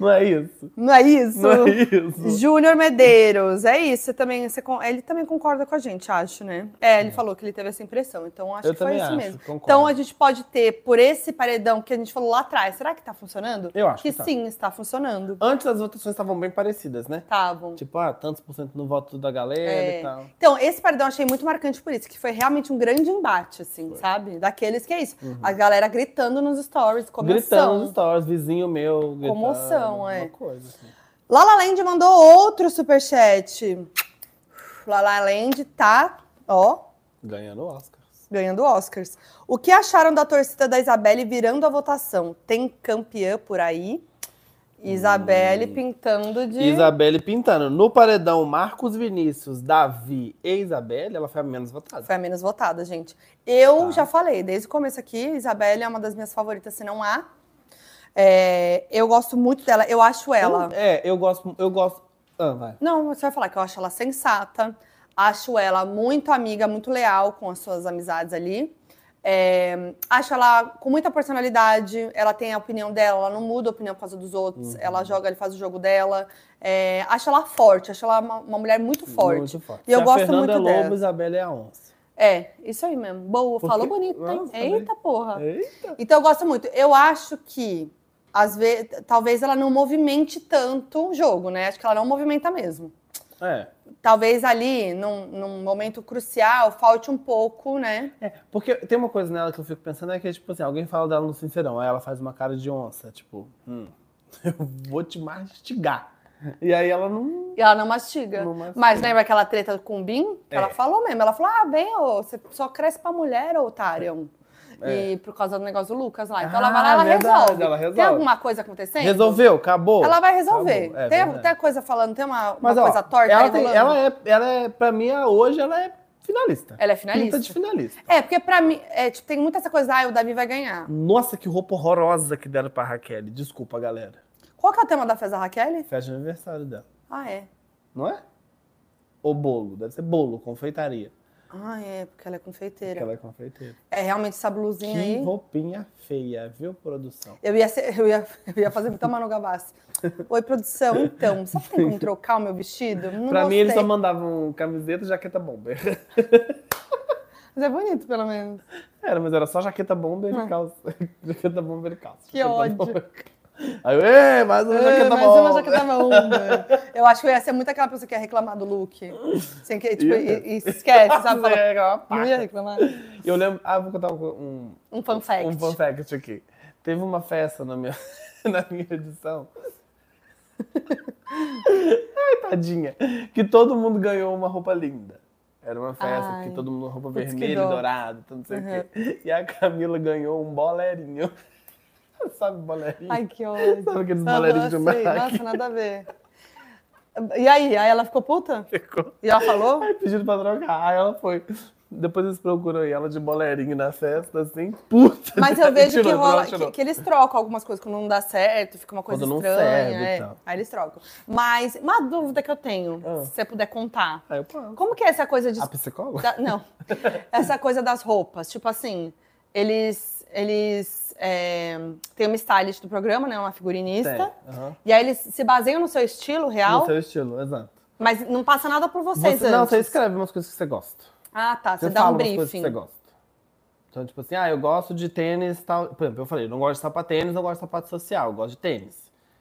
não é isso.
Não é isso?
Não é isso.
Júnior Medeiros, é isso. Você também, você con- ele também concorda com a gente, acho, né? É, ele falou que ele teve essa impressão, então acho
Eu
que foi
também
isso
acho,
mesmo.
concordo.
Então a gente pode ter por esse paredão que a gente falou lá atrás. Será que tá funcionando?
Eu acho que tá.
sim, está funcionando. Tá,
Antes as votações estavam bem parecidas, né? né?
Estavam.
Tipo, ah, tantos por cento no voto da galera
É.
e tal.
Então, esse paredão eu achei muito marcante por isso, que foi realmente um grande embate, assim, sabe? Daqueles que é isso. A galera gritando nos stories,
Uhum. Gritando nos
comoção.
stories, vizinho meu. Gritando,
Comoção, é.
Uma coisa, assim.
Lala Land mandou outro superchat. Lala Land tá, ó,
Ganhando Oscar.
ganhando Oscars. O que acharam da torcida da Isabelle virando a votação? Tem campeã por aí? Isabelle
Hum.
pintando de.
Isabelle pintando. No paredão, Marcos Vinícius, Davi e Isabelle, ela foi a menos votada.
Foi a menos votada, gente. Eu
Tá.
já falei, desde o começo aqui, Isabelle é uma das minhas favoritas, se não há. É, eu gosto muito dela, eu acho ela.
Eu- é, eu gosto. Eu gosto. Ah, vai.
Não, você vai falar que eu acho ela sensata, acho ela muito amiga, muito leal com as suas amizades ali. É, acho ela com muita personalidade, ela tem a opinião dela, ela não muda a opinião por causa dos outros,
Uhum.
ela joga, ele faz o jogo dela. É, acho ela forte, acho ela uma, uma mulher muito forte.
Muito forte.
E eu
Se
gosto
a Fernanda
muito
é
dela.
Lobo, Isabelle é a onça.
É, isso aí mesmo. Boa,
Porque-
falou bonito, hein?
Nossa, né? É.
Eita porra.
Eita.
Então eu gosto muito. Eu acho que às vezes, talvez ela não movimente tanto o jogo, né? Acho que ela não movimenta mesmo.
É.
Talvez ali, num, num momento crucial, falte um pouco, né?
É, porque tem uma coisa nela que eu fico pensando é que, tipo assim, alguém fala dela no Sincerão, aí ela faz uma cara de onça, tipo, hum, eu vou te mastigar. E aí ela não.
E ela não mastiga.
não mastiga.
Mas né, lembra aquela treta com o Bin? Que
É.
Ela falou mesmo. Ela falou: ah, bem, ô, você só cresce pra mulher, otário.
É.
E por causa do negócio do Lucas lá. Então
Ah,
ela vai lá, ela
verdade,
resolve.
ela
Tem
resolve.
alguma coisa acontecendo?
Resolveu, acabou.
Ela vai resolver.
Acabou, é
tem,
verdade.
tem a coisa falando, tem uma, uma
Mas ó,
coisa torta
ela,
aí
tem,
rolando?
ela é, ela é, pra mim, a- hoje ela é finalista.
Ela é
Pinta
finalista.
de finalista.
É, porque pra mim, é, tipo, tem muita essa coisa, ah, o Davi vai ganhar.
Nossa, que roupa horrorosa que deram pra Raquel. Desculpa, galera.
Qual que é o tema da festa da Raquel?
Festa de aniversário dela,
Ah, é.
não é? Ou bolo, deve ser bolo, confeitaria.
Ah, é, porque ela é confeiteira.
Porque ela é confeiteira.
É realmente essa
Que
blusinha aí.
roupinha feia, viu, produção?
Eu ia, ser- eu, ia, eu ia fazer muita Manu Gavassi. Oi, produção, então, será que tem como trocar o meu vestido? Não
pra mim,
gostei.
eles só mandavam camiseta e jaqueta bomber.
Mas é bonito, pelo menos.
Era, mas era só jaqueta bomber e calça. jaqueta bomber e calça.
Ah. Que
Jaqueta
ódio.
bomber. Aí eu, "Ê, mais uma
É,
jaqueta
mas é uma
bomber.
jaqueta bomba. Eu acho que eu ia ser muito aquela pessoa que ia reclamar do look. Assim, que, tipo, e, e esquece, sabe? Fala,
É, aquela
não
pá.
ia reclamar.
Eu lembro. Ah, vou contar um, um,
Um fun fact.
um fun fact aqui. Teve uma festa na minha, na minha edição. Ai, tadinha. Que todo mundo ganhou uma roupa linda. Era uma festa
Ai.
que todo mundo roupa
Putz, que
vermelha e
dó.
dourada, tudo não sei o quê. E a Camila ganhou um bolerinho. Sabe bolerinho?
Ai, que ódio.
Sabe aqueles
Aham,
bolerinhos de
sei.
marca?
Nossa, nada a ver. E aí? Aí ela ficou puta?
Ficou.
E ela falou?
Aí pediram pra trocar. Aí ela foi. Depois eles procuram aí ela de bolerinho na festa, assim, puta.
Mas eu vejo que
Tirou,
rola,
tirou, tirou.
que, que eles trocam algumas coisas quando não dá certo, fica uma coisa
Quando não
estranha.
serve e
é.
tal.
Aí eles trocam. Mas uma dúvida que eu tenho,
Ah.
se você puder contar.
Aí eu, pô,
Como que é essa coisa de.
a psicóloga?
da- não. essa coisa das roupas. Tipo assim, eles. Eles. É, tem uma stylist do programa, né? Uma figurinista.
Tem, É, aham.
E aí eles se baseiam no seu estilo real,
No seu estilo, exato.
mas não passa nada por vocês
Você- não,
antes.
você escreve umas coisas que você gosta.
Ah, tá. Você,
Você,
dá
fala
um
umas coisas que
briefing.
você gosta. Então, tipo assim, ah, eu gosto de tênis tal. Por exemplo, eu falei, eu não gosto de sapatênis, eu gosto de sapato social, eu gosto de tênis.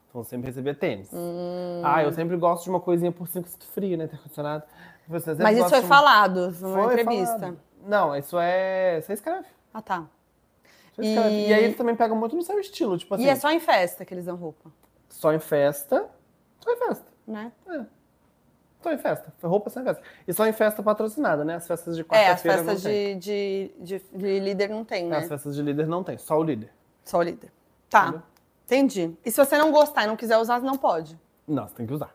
Então eu sempre recebia tênis.
Hum.
Ah, eu sempre gosto de uma coisinha por cinco sinto frio, né? Ter condicionado. Você sempre
Mas isso
gosta
foi
de- um-
falado numa
Foi
entrevista.
falado. Tipo Não, isso é. Você escreve.
Ah, tá.
Você escreve.
E-
E... aí eles também pegam muito no seu estilo. Tipo assim,
E é só em festa que eles dão roupa,
só em festa. Só em festa.
né?
Só em festa. Roupa só em festa. E só em festa patrocinada, né? As festas de
É, as
quarta-feira. não
festas
tem.
de, de, de, de líder não tem, né?
As festas de líder não tem, só o líder.
Só o líder. Tá.
Entendeu?
Entendi. E se você não gostar e não quiser usar, não pode.
Não, você tem que usar.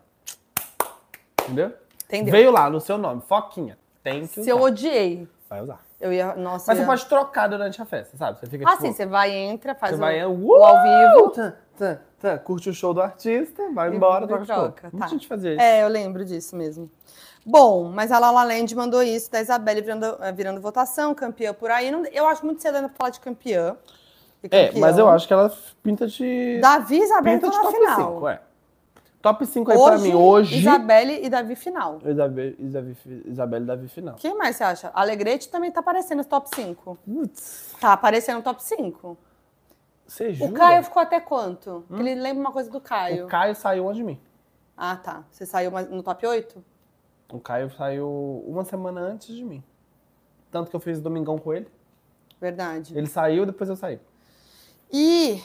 Entendeu?
Entendeu?
Veio lá no seu nome, Foquinha. Tem que usar.
Se eu odiei,
Vai usar.
eu ia. Nossa,
Mas
eu
você
ia...
pode trocar durante a festa, sabe? Você fica
Ah,
tipo,
sim, você vai, entra, faz
você
o,
vai uh!
o ao vivo.
Tá, tá, tá. Curte o show do artista, vai
E
embora,
e
troca,
troca,
de cor. Muita
tá.
gente fazia isso.
É, eu lembro disso mesmo. Bom, mas a Lala Land mandou isso da Isabelle virando, eh, virando votação, campeã por aí. Não- eu acho muito cedo ainda pra falar de campeã. e
É,
campeão.
mas eu acho que ela pinta de.
Davi e Isabelle
pinta
estão
de
na
top
final.
5, é. Top 5 aí pra mim hoje.
Isabelle e Davi final.
Isabel, Isabel, Isabelle Davi final.
Quem mais você acha? Alegrete também tá aparecendo no top 5.
Putz,
Tá aparecendo no top 5.
você
O
jura? Hum?
Caio ficou até quanto? Porque Ele lembra uma coisa do Caio.
O Caio saiu onde de mim.
Ah, tá. Você saiu mais- no top 8?
O Caio saiu uma semana antes de mim. Tanto que eu fiz domingão com ele.
Verdade.
Ele saiu, depois eu saí.
E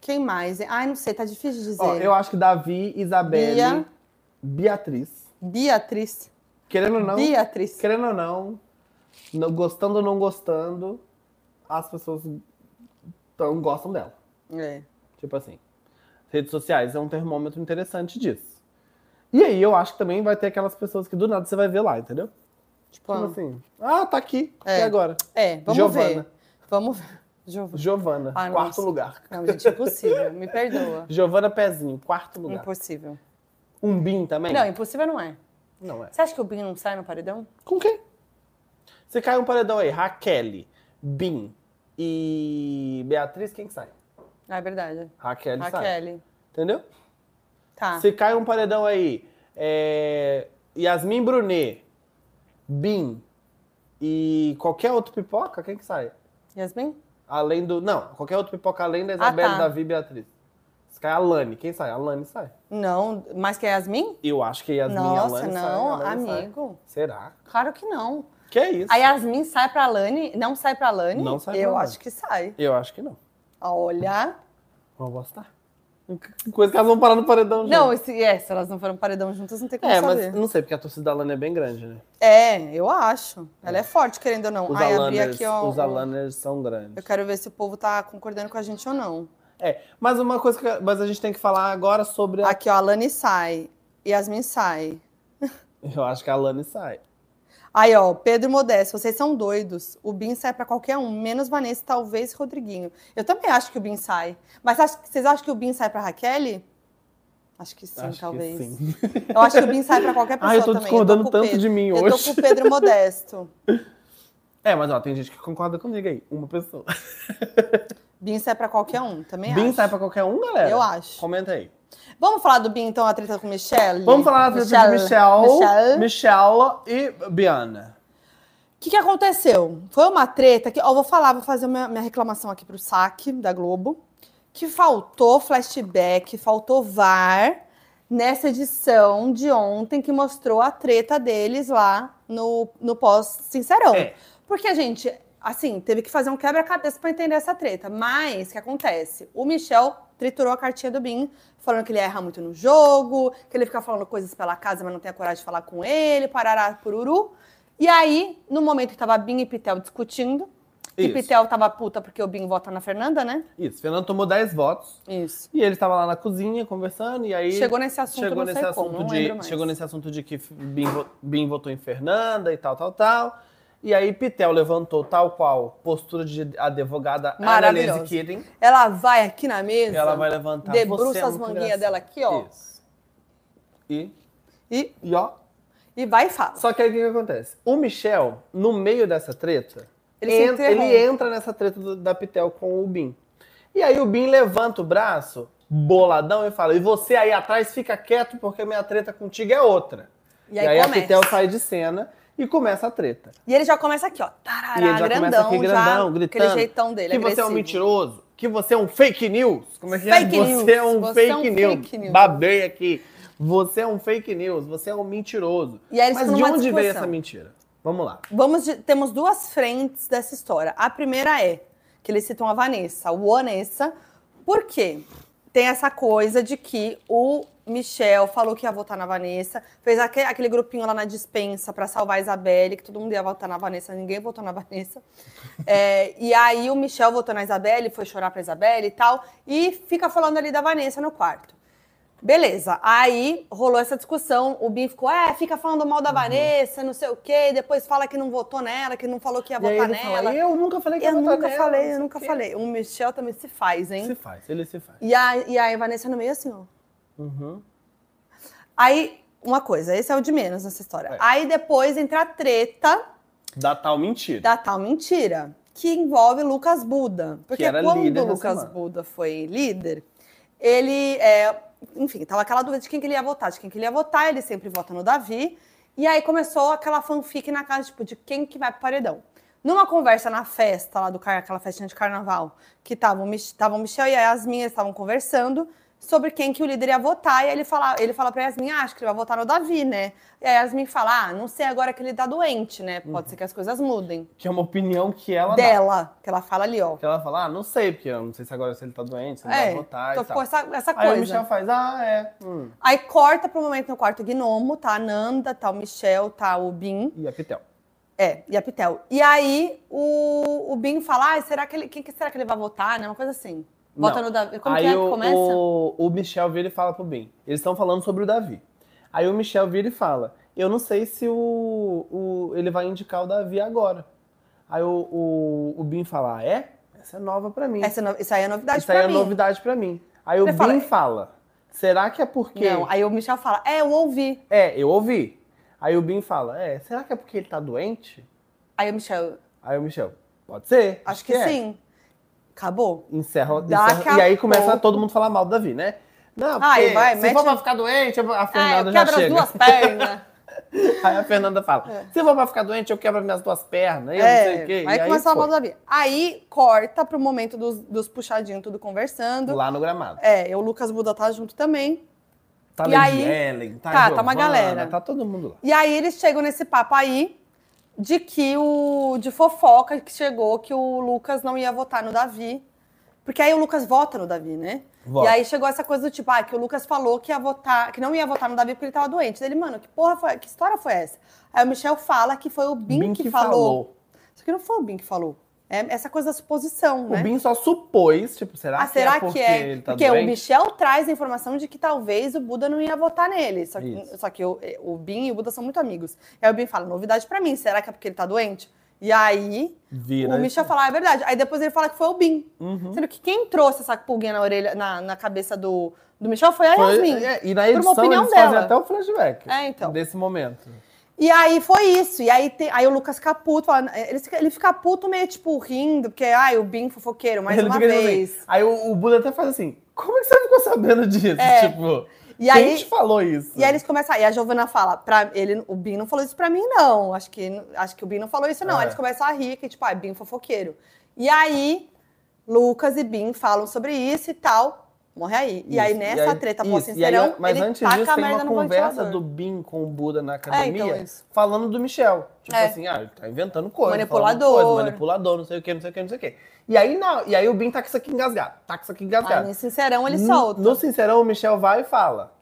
quem mais? Ai, não sei, tá difícil de dizer.
Ó, eu acho que Davi, Isabelle,
Bia.
Beatriz.
Beatriz.
Querendo ou não,
Beatriz.
querendo ou não, não- gostando ou não gostando, as pessoas tão, gostam dela.
É.
Tipo assim, redes sociais é um termômetro interessante disso. E aí eu acho que também vai ter aquelas pessoas que do nada você vai ver lá, entendeu?
Tipo,
Tipo assim, ah, tá aqui.
É.
E agora?
é, vamos
Giovana.
ver. Vamos ver. Giovana.
Giovana,
Ah,
quarto
nossa.
lugar.
Não, gente, impossível. Me perdoa.
Giovana Pezinho, quarto lugar.
Impossível.
Um Bin também?
Não, impossível não é.
Não é.
Você acha que o Binho não sai no paredão?
Com quem? Você cai um paredão aí, Raquel, Bin e Beatriz, quem que sai?
Ah, é verdade.
Raquel, sai.
Raquel.
Entendeu?
Tá.
Se cai um paredão aí, é, Yasmin Brunet, Bin e qualquer outro pipoca, quem que sai?
Yasmin?
Além do. Não, qualquer outro pipoca além da Isabela,
tá.
Davi e Beatriz. Se cai a Lani, quem sai? A Lani sai.
Não, mais que a Yasmin?
Eu acho que Yasmin e a
Nossa,
Lani saem.
não,
a Lani sai.
amigo.
Será?
Claro que não.
Que é isso?
A Yasmin sai pra Lani, não sai pra Lani?
Não sai pra
Eu
Lani.
acho que sai.
Eu acho que não.
Olha.
Vamos apostar. Coisa que elas vão parar no paredão já.
Não, esse, é, se elas não foram paredão juntas, não tem como
É,
saber.
mas não sei, porque a torcida da Lana é bem grande, né?
É, eu acho. Ela é forte, querendo ou não.
Os
Ai, abri
Alaners,
aqui, ó.
os Alaners são
Eu
grandes.
quero ver se o povo tá concordando com a gente ou não.
É, mas uma coisa que mas a gente tem que falar agora sobre a...
Aqui, ó, a Lani sai. Yasmin sai.
Eu acho que a Lani sai.
Aí, ó, Pedro Modesto, vocês são doidos. O Bin sai pra qualquer um, menos Vanessa, talvez Rodriguinho. Eu também acho que o Bin sai. Mas acho- vocês acham que o Bin sai pra Raquel? Acho que sim,
acho que
talvez.
sim.
Eu acho que o Bin sai pra qualquer pessoa
Ah, eu tô
também.
discordando
com o
tanto
Pedro.
de mim
Eu
hoje.
tô com o Pedro Modesto.
É, mas ó, tem gente que concorda comigo aí. Uma pessoa.
Bin sai pra qualquer um, também
Bin
acho.
sai pra qualquer um, galera?
Eu acho.
Comenta aí.
Vamos falar do Bin, então, a treta com Michelle?
Vamos falar da treta de Michelle,
Michelle.
Michelle e Biana.
O que, que aconteceu? Foi uma treta que. Ó, eu vou falar, vou fazer minha, minha reclamação aqui pro saque da Globo. Que faltou flashback, faltou VAR nessa edição de ontem que mostrou a treta deles lá no, no pós-Sincerão.
É.
Porque, gente, assim, teve que fazer um quebra-cabeça pra entender essa treta. Mas o que acontece? O Michel triturou a cartinha do Bin, falando que ele erra muito no jogo, que ele fica falando coisas pela casa, mas não tem a coragem de falar com ele, parará, pururu. E aí, no momento que tava Bin e Pitel discutindo, e
Isso.
Pitel tava puta porque o Bin vota na Fernanda, né?
Isso, Fernando tomou 10 votos.
Isso.
E ele tava lá na cozinha conversando, e aí.
Chegou nesse assunto,
chegou
não
nesse
sei
assunto
como, não lembro
de
mais.
chegou nesse assunto de que Bim, vo- Bim votou em Fernanda e tal tal tal e aí Pitel levantou tal qual postura de advogada
Maravilhosa.
Annalise Keating
Ela vai aqui na mesa,
ela vai levantar você é
debruça as
muito
manguinhas
engraçado.
dela aqui, ó,
Isso. e
e,
e ó
e vai e fala.
só que aí o que, que acontece o Michel no meio dessa treta
Ele se
en-
interrompe.
ele entra nessa treta do- da Pitel com o Bim e aí o Bim levanta o braço boladão e fala e você aí atrás fica quieto porque minha treta contigo é outra
E aí,
a
começa.
Pitel sai de cena e começa a treta.
E ele já começa aqui, ó,
E ele
tarará,
já começa
grandão,
aqui grandão,
já,
gritando.
aquele jeitão dele,
que você é um
agressivo.
mentiroso, que você é um fake news. Como é que
Fake
é?
news,
Você é um,
você
fake,
é um
news.
fake news.
Babei aqui. Você é um fake news, você é um mentiroso.
E aí eles
Mas
ficam
de
numa
onde veio
discussão.
essa mentira? Vamos lá.
Vamos de- temos duas frentes dessa história. A primeira é que eles citam a Vanessa, o Vanessa, por quê? Tem essa coisa de que o Michel falou que ia votar na Vanessa, fez aque- aquele, grupinho lá na dispensa pra salvar a Isabelle, que todo mundo ia votar na Vanessa, ninguém votou na Vanessa. É, e aí o Michel votou na Isabelle, foi chorar pra Isabelle e tal, e fica falando ali da Vanessa no quarto. Beleza, aí rolou essa discussão, o Bim ficou, é, fica falando mal
Uhum.
da Vanessa, não sei o quê, depois fala que não votou nela, que não falou que ia
e aí
votar
ele
nela.
fala, eu nunca falei que
eu
ia votar
nunca
nela, não
falei,
sei
eu
o
nunca
quê."
falei. O Michel também se faz, hein?
Se faz, ele se faz.
E, a, e aí a Vanessa no meio assim, ó.
Uhum.
Aí, uma coisa, esse é o de menos nessa história.
É.
Aí depois entra a treta
Da tal mentira.
da tal mentira, que envolve Lucas Buda. Porque
era
quando
líder
o
da
Lucas
semana.
Buda foi líder, ele, é, enfim, tava aquela dúvida de quem que ele ia votar, de quem que ele ia votar, ele sempre vota no Davi. E aí começou aquela fanfic na casa, tipo, de quem que vai pro paredão. Numa conversa na festa lá do car, aquela festinha de carnaval, que estavam Mich- estavam Michel e a Yasmin, eles estavam conversando, sobre quem que o líder ia votar. E aí ele fala, ele fala pra Yasmin, ah, acho que ele vai votar no Davi, né? E aí a Yasmin fala, ah, não sei agora que ele tá doente, né? Pode
Uhum.
ser que as coisas mudem.
Que é uma opinião que ela dá.
Dela, que ela fala ali, ó.
Que ela fala, ah, não sei, porque eu não sei se agora se ele tá doente, se ele vai
É,
votar
tô
e
com
tal.
essa, essa
Aí o
coisa.
Michel faz, ah, é. hum.
Aí corta pro momento no quarto gnomo, tá a Nanda, tá o Michel, tá o Bin.
E a Pitel.
É, e a Pitel. E aí o, o Bin fala, ah, será que ele, quem que será que ele vai votar, né? Uma coisa assim.
Não.
Vota no Davi. Como
aí
que é que
o,
começa?
o, o Michel vira e fala pro Ben. Eles estão falando sobre o Davi. Aí o Michel vira e fala: Eu não sei se o, o- ele vai indicar o Davi agora. Aí o, o, o Ben fala: "Ah, É? Essa é nova pra mim.
Essa é no- isso aí é novidade
Isso
pra
aí é
mim.
novidade pra mim. Aí o
Ele
Ben
fala,
fala, Será que é porque.
Não, aí o Michel fala, é, eu ouvi.
É, eu ouvi. Aí o Ben fala: É, será que é porque ele tá doente?
Aí o Michel,
Aí o Michel: Pode ser.
acho que,
é."
sim. Acabou.
Encerra,
Daqui
encerra-
a
e aí começa
pouco.
todo mundo falar mal do Davi, né? Não,
Ai,
porque
vai,
se
mete-
for pra ficar doente, a
Ah,
Fernanda
eu
já
quebro as
chega.
duas pernas.
Aí a Fernanda fala,
É.
se for pra ficar doente, eu quebro as minhas duas pernas, eu não sei o quê.
é,
E
aí
aí
começa a falar
foi,
mal da vida. Aí corta pro momento dos, dos puxadinhos, tudo conversando.
lá no gramado.
É, e o Lucas Buda tá junto também.
Tá
E
Lady
aí-
Ellen, tá,
tá, tá
Giovana,
uma galera.
Tá todo mundo lá.
E aí eles chegam nesse papo aí de que o. de fofoca que chegou que o Lucas não ia votar no Davi. Porque aí o Lucas vota no Davi, né? E
Vota.
aí chegou essa coisa do tipo, ah, que o Lucas falou que ia votar, que não ia votar no Davi porque ele tava doente. Ele, mano, que porra foi, que história foi essa? Aí o Michel fala que foi o Bin,
Bin
que,
que
falou.
falou.
Só que não foi o Bin que falou. É essa coisa da suposição,
O
né?
Bin só supôs, tipo, será,
Ah, será
que é porque
que é?
ele tá
porque
doente?
o Michel traz a informação de que talvez o Buda não ia votar nele. Só que,
Isso.
só que o, eh, o Bin e o Buda são muito amigos. E aí o Bin fala, novidade pra mim, será que é porque ele tá doente? E aí
Vira.
o Michel fala, ah, é verdade. Aí depois ele fala que foi o Bin.
Uhum.
Sendo que quem trouxe essa pulguinha na orelha, na, na cabeça do, do Michel foi a Yasmin.
Foi, é, e na
por uma
edição
opinião
eles fazem
dela.
até o flashback
É, então.
desse momento.
E aí foi isso. E aí, tem- aí o Lucas fica puto. fala- eh, ele, fica- ele fica puto meio, tipo, rindo. Porque, ai, o Bin fofoqueiro, mais
Ele
uma
fica dizendo
vez.
assim, Aí o, o Buda até faz assim, como é que você ficou sabendo disso?
É.
Tipo,
E
quem
aí-
te falou isso?
E aí eles começam. E a Giovana fala, pra ele, o Bin não falou isso pra mim, não. Acho que, acho que o Bin não falou isso, não. Aí
É.
Eles começam a rir, que tipo, ah, Bin fofoqueiro. E aí, Lucas e Bin falam sobre isso e tal. Morre aí. E aí,
Isso,
nessa treta
isso,
pós
e aí,
sincerão,
Mas
ele
antes
taca
disso,
a
tem uma
merda no
conversa
ventilador.
do Bin com o Buda na academia,
então, isso.
falando do Michel. Tipo
É.
assim, ah, ele tá inventando coisa. falando
Manipulador.
Coisa, manipulador, não sei o que, não sei o que, não sei o que. E aí, na, e aí o Bin tá com isso aqui engasgado. Tá com isso aqui
Aí,
engasgado.
nesse sincerão, ele
No-
solta.
No Sincerão, o Michel vai e fala.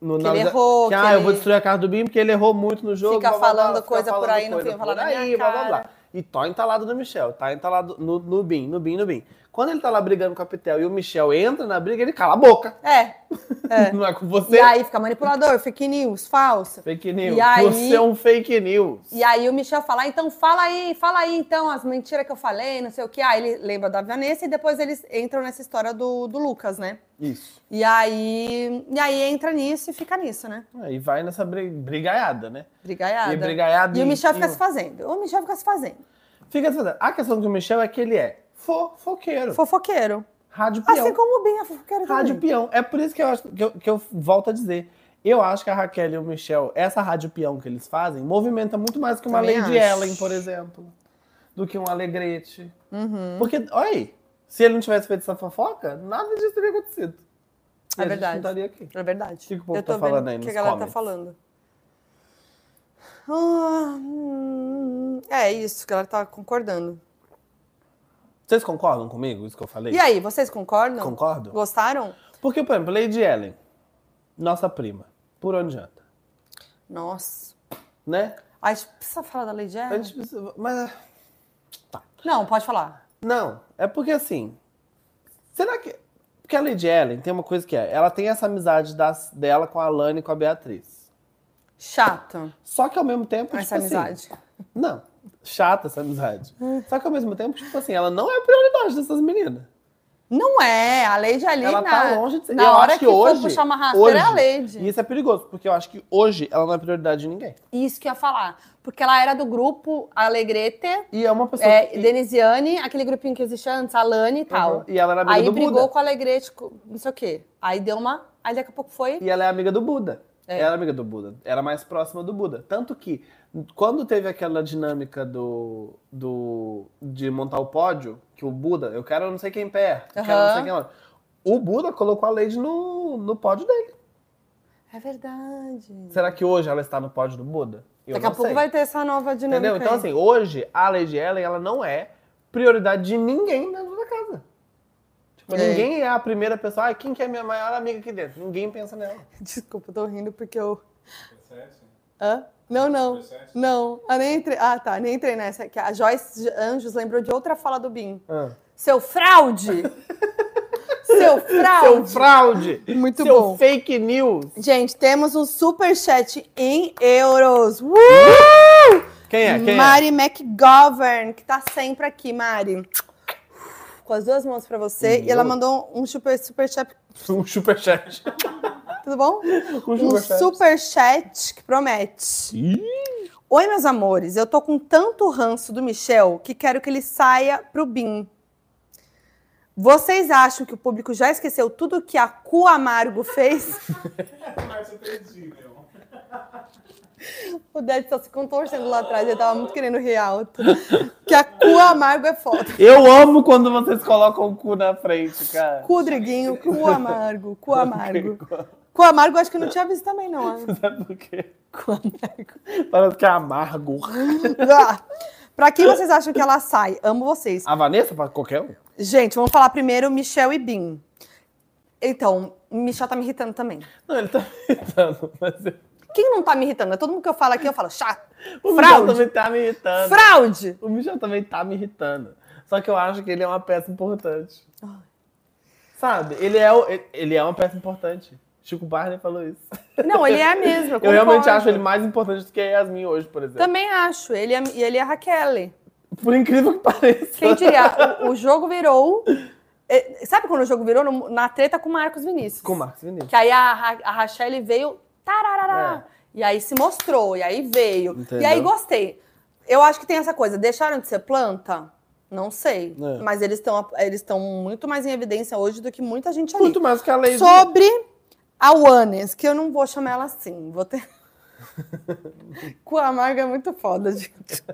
No,
Que
na-
ele errou,
Que,
que
ah, eu
ele-
vou destruir a casa do Bim porque ele errou muito no jogo.
Fica
blá, blá, blá,
falando
fica
coisa por aí, no
coisa
fim, fala
por
na minha
aí, blá, blá,
cara.
blá. E tá entalado no Michel, tá entalado no, no Bim, no Bim, no Bim. Quando ele tá lá brigando com a Pitel e o Michel entra na briga, ele cala a boca.
É. É.
Não é com
e
você.
aí fica manipulador, fake news, falso.
Fake news.
E aí-
Você é um fake news.
E aí o Michel fala, "Ah, então fala aí, fala aí então as mentiras que eu falei, não sei o que. Ah, ele lembra da Vanessa e depois eles entram nessa história do, do Lucas, né?
Isso.
E aí, e aí entra nisso e fica nisso, né?
Aí vai nessa bri- brigaiada, né?
Brigaiada.
E brigaiada
E o
e-
Michel
e
fica
o-
se fazendo. O Michel fica se fazendo.
Fica desfazendo. A questão do Michel é que ele é fofoqueiro.
Fofoqueiro.
Rádio peão.
Assim como o Bin é fofoqueiro
Rádio
também.
peão. É por isso que eu, acho, que, eu, que eu volto a dizer. Eu acho que a Raquel e o Michel, essa rádio peão que eles fazem, movimenta muito mais que uma
Também
Lady
acho.
Ellen, por exemplo. Do que um Alegrete.
Uhum.
Porque, olha aí, se ele não tivesse feito essa fofoca, nada disso teria acontecido. E
É
a
verdade.
gente não estaria aqui.
É verdade.
O que que o povo
eu tô
tá
vendo
falando aí
o que a
nos
galera tá
comments?
falando. Ah, hum, é isso, a galera tá concordando.
Vocês concordam comigo, isso que eu falei?
E aí, então? vocês concordam?
Concordam?
Gostaram?
Porque, por exemplo, Lady Ellen, nossa prima, por onde anda?
Nossa.
Né?
A gente precisa falar da Lady Ellen?
A gente precisa- Mas. Tá.
Não, pode falar.
Não, é porque assim. Será que. Porque a Lady Ellen tem uma coisa que é. Ela tem essa amizade das- dela com a Alane e com a Beatriz.
Chato
Só que ao mesmo tempo.
essa
tipo assim,
amizade. Hum.
não. Chata essa amizade. Só que ao mesmo tempo, tipo assim, ela não é a prioridade dessas meninas.
Não é, a Lady ali
Ela
na,
tá longe de ser.
na
eu
hora
acho que,
que, for
hoje.
puxar uma rasteira
hoje,
é a Lady.
E isso é perigoso, porque eu acho que hoje ela não é prioridade de ninguém.
Isso que eu ia falar. Porque ela era do grupo Alegrete,
E é uma pessoa.
é,
que-
Denisiane, aquele grupinho que existia antes, Alane e tal.
Uhum, E ela era amiga
Aí
do
brigou
Buda.
com a Alegrete, com- não sei o quê. Aí deu uma. Aí daqui a pouco foi.
E ela é amiga do Buda.
É.
Ela é amiga do Buda. Era mais próxima do Buda. Tanto que, quando teve aquela dinâmica do, do de montar o pódio, que o Buda, eu quero não sei quem perto, eu quero não
Aham.
sei quem lá. O Buda colocou a Lady no, no pódio dele.
É verdade.
Será que hoje ela está no pódio do Buda? Eu
Daqui
não
a pouco
sei.
vai ter essa nova dinâmica.
Entendeu? Então,
aí.
assim, hoje a Lady Ellen ela não é prioridade de ninguém dentro da casa. Tipo,
É.
ninguém é a primeira pessoa. Ah, quem que é minha maior amiga aqui dentro? Ninguém pensa nela.
Desculpa, eu tô rindo porque eu.
Superchat?
Hã? Não, não.
Superchat?
Não. Ah, nem entrei... ah, tá, nem entrei nessa. Que a Joyce Anjos lembrou de outra fala do Bim.
Ah.
Seu fraude! Seu
Seu
fraude!
fraude!
Muito
Seu
bom.
fake news!
Gente, temos um superchat em euros. Uh!
Quem é? Quem
Mari McGovern, que tá sempre aqui, Mari. Com as duas mãos pra você. E ela
Meu.
mandou um super, superchat.
é? Um superchat.
Tudo bom?
Um
Um
superchat.
superchat que promete.
Ih,
Oi, meus amores, eu tô com tanto ranço do Michel que quero que ele saia pro BIM. Vocês acham que o público já esqueceu tudo que a Cu Amargo fez?
Mas eu perdi, meu.
O Ded só se contorcendo lá atrás, ele tava muito querendo rir alto. Que a Cu Amargo é foda.
Eu amo quando vocês colocam o cu na frente, cara.
Cu Driguinho, Cu Amargo, Cu Amargo. Cu Amargo acho que eu não tinha visto também, não. né?
Sabe por quê?
Cu Amargo.
Parece que é amargo.
Ah, pra quem vocês acham que ela sai? Amo vocês.
A Vanessa, pra qualquer um.
Gente, vamos falar primeiro Michel e Bim. Então, o Michel tá me irritando também.
Não, ele tá me irritando. Mas eu...
Quem não tá me irritando? É todo mundo que eu falo aqui, eu falo chato.
O Michel
Fraude.
também tá me irritando.
Fraude!
O Michel também tá me irritando. Só que eu acho que ele é uma peça importante. Sabe? Ele é, o- ele- ele é uma peça importante. Chico Barney falou isso.
Não, ele é mesmo. Eu,
Eu realmente
concordo.
acho ele mais importante do que a Yasmin hoje, por exemplo.
Também acho. Ele é- e ele é a Raquel.
Por incrível que pareça.
Quem diria? o, o jogo virou. é, Sabe quando o jogo virou? No- na treta com o Marcos Vinícius.
Com o Marcos Vinícius.
Que aí a, Ra- a Rachelle veio. Tararará, E aí se mostrou, e aí veio. E aí
É. Entendeu?
gostei. Eu acho que tem essa coisa. Deixaram de ser planta? Não sei.
É.
Mas eles estão eles estão muito mais em evidência hoje do que muita gente ali.
Muito mais que a Lady.
sobre a Wanes, que eu não vou chamar ela assim. Vou ter. Com a Marga é muito foda, gente.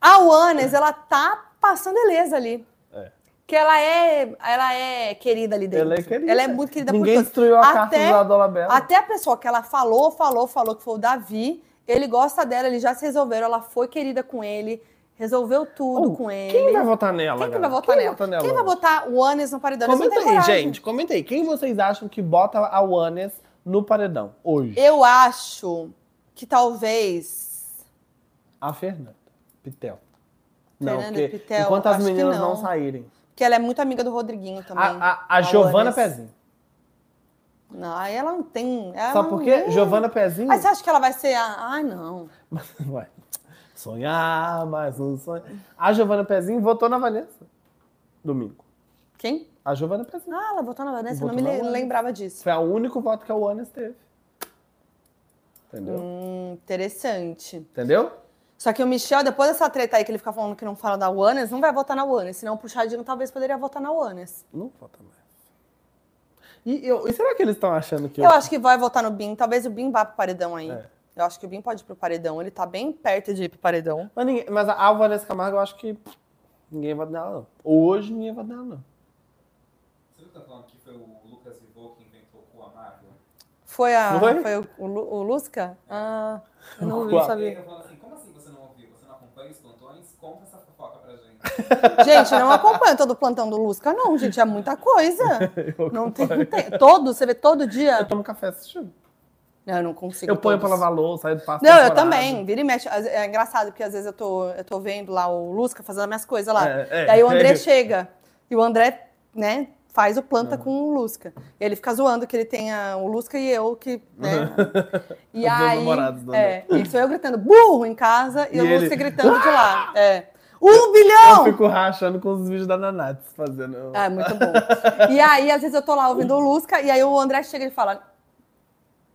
A Wanes, ela tá passando beleza ali.
É.
Que ela é, ela é querida ali dentro.
Ela é querida.
Ela é muito querida
Ninguém
por todos.
destruiu a
Até-
carta do Adola Bela.
Até a pessoa que ela falou, falou, falou que foi o Davi, ele gosta dela, eles já se resolveram, ela foi querida com ele, resolveu tudo
Oh,
com ele.
Quem vai votar nela?
Quem que vai
galera?
votar
Quem
nela?
vota nela?
Quem vai botar o Wanes no paredão? Eles não
Comenta
têm
aí,
coragem.
gente. Comenta aí. Quem vocês acham que bota a Wanes no paredão hoje?
Eu acho que talvez.
A Fernanda. Pitel. Não,
Fernanda
porque
Pitel,
enquanto as
acho que
meninas não.
não.
saírem.
Porque ela é muito amiga do Rodriguinho
Ah,
também.
A, a, a
A
Giovana
Wallace.
Pezinho.
Não, aí ela não tem. Ela
Sabe por quê? Giovana Pezinho.
Ah, Mas você acha que ela vai ser a. Ai, não.
Ué. Sonhar mais um sonho. A Giovana Pezinho votou na Vanessa. Domingo.
Quem?
A Giovana Pezinho.
Ah, ela votou na Vanessa, eu não
Votou
me
na
le-
Vanessa.
lembrava disso.
Foi o único voto que a Wallace teve. Entendeu?
Hum, interessante.
Entendeu?
Só que o Michel, depois dessa treta aí que ele fica falando que não fala da Wanes, não vai votar na Wanes. Senão o Puxadinho talvez poderia votar na Wanes.
Não vota mais. E, eu, e será que eles estão achando que
Eu... acho que vai votar no Bim. Talvez o Bim vá pro paredão aí.
É.
Eu acho que o Bim pode ir pro paredão. Ele tá bem perto de ir pro paredão.
Mas, ninguém- mas a Vanessa Camargo, eu acho que pff, ninguém vota nela, não. Hoje ninguém vota nela, não.
Você tá falando que foi o Lucas Ivo que inventou o cu amargo?
Foi a.
Foi?
Foi, o, o, Lu- o Lusca? Ah, eu não,
Qual?
não
E aí
sabia.
eu falo assim, como assim você não ouviu? Você não acompanha os plantões? Conta essa fofoca pra gente.
Gente, não acompanho todo o plantão do Lusca, não, gente. É muita coisa.
Eu,
Não tem, não tem. Todo? Você vê todo
eu
dia?
tomo café assistindo.
Não, eu não consigo.
Eu ponho pra
todos.
lavar louça, saio do passo
Não, eu
temporada.
também. Vira e mexe. Às- É engraçado, porque às vezes eu tô, eu tô vendo lá o Lusca fazendo as minhas coisas lá.
É, é.
E aí o André chega. E o André, né, faz o planta com o Lusca. E ele fica zoando que ele tem a- o Lusca e eu que, né? E
Os dois
aí.
namorados do
É, e sou eu gritando burro em casa e,
E
o
ele-
Lusca gritando de lá. É. Um bilhão!
Eu fico rachando com os vídeos da Nanates fazendo.
Ah, muito bom. E aí, às vezes eu tô lá ouvindo o Lusca, e aí o André chega e fala.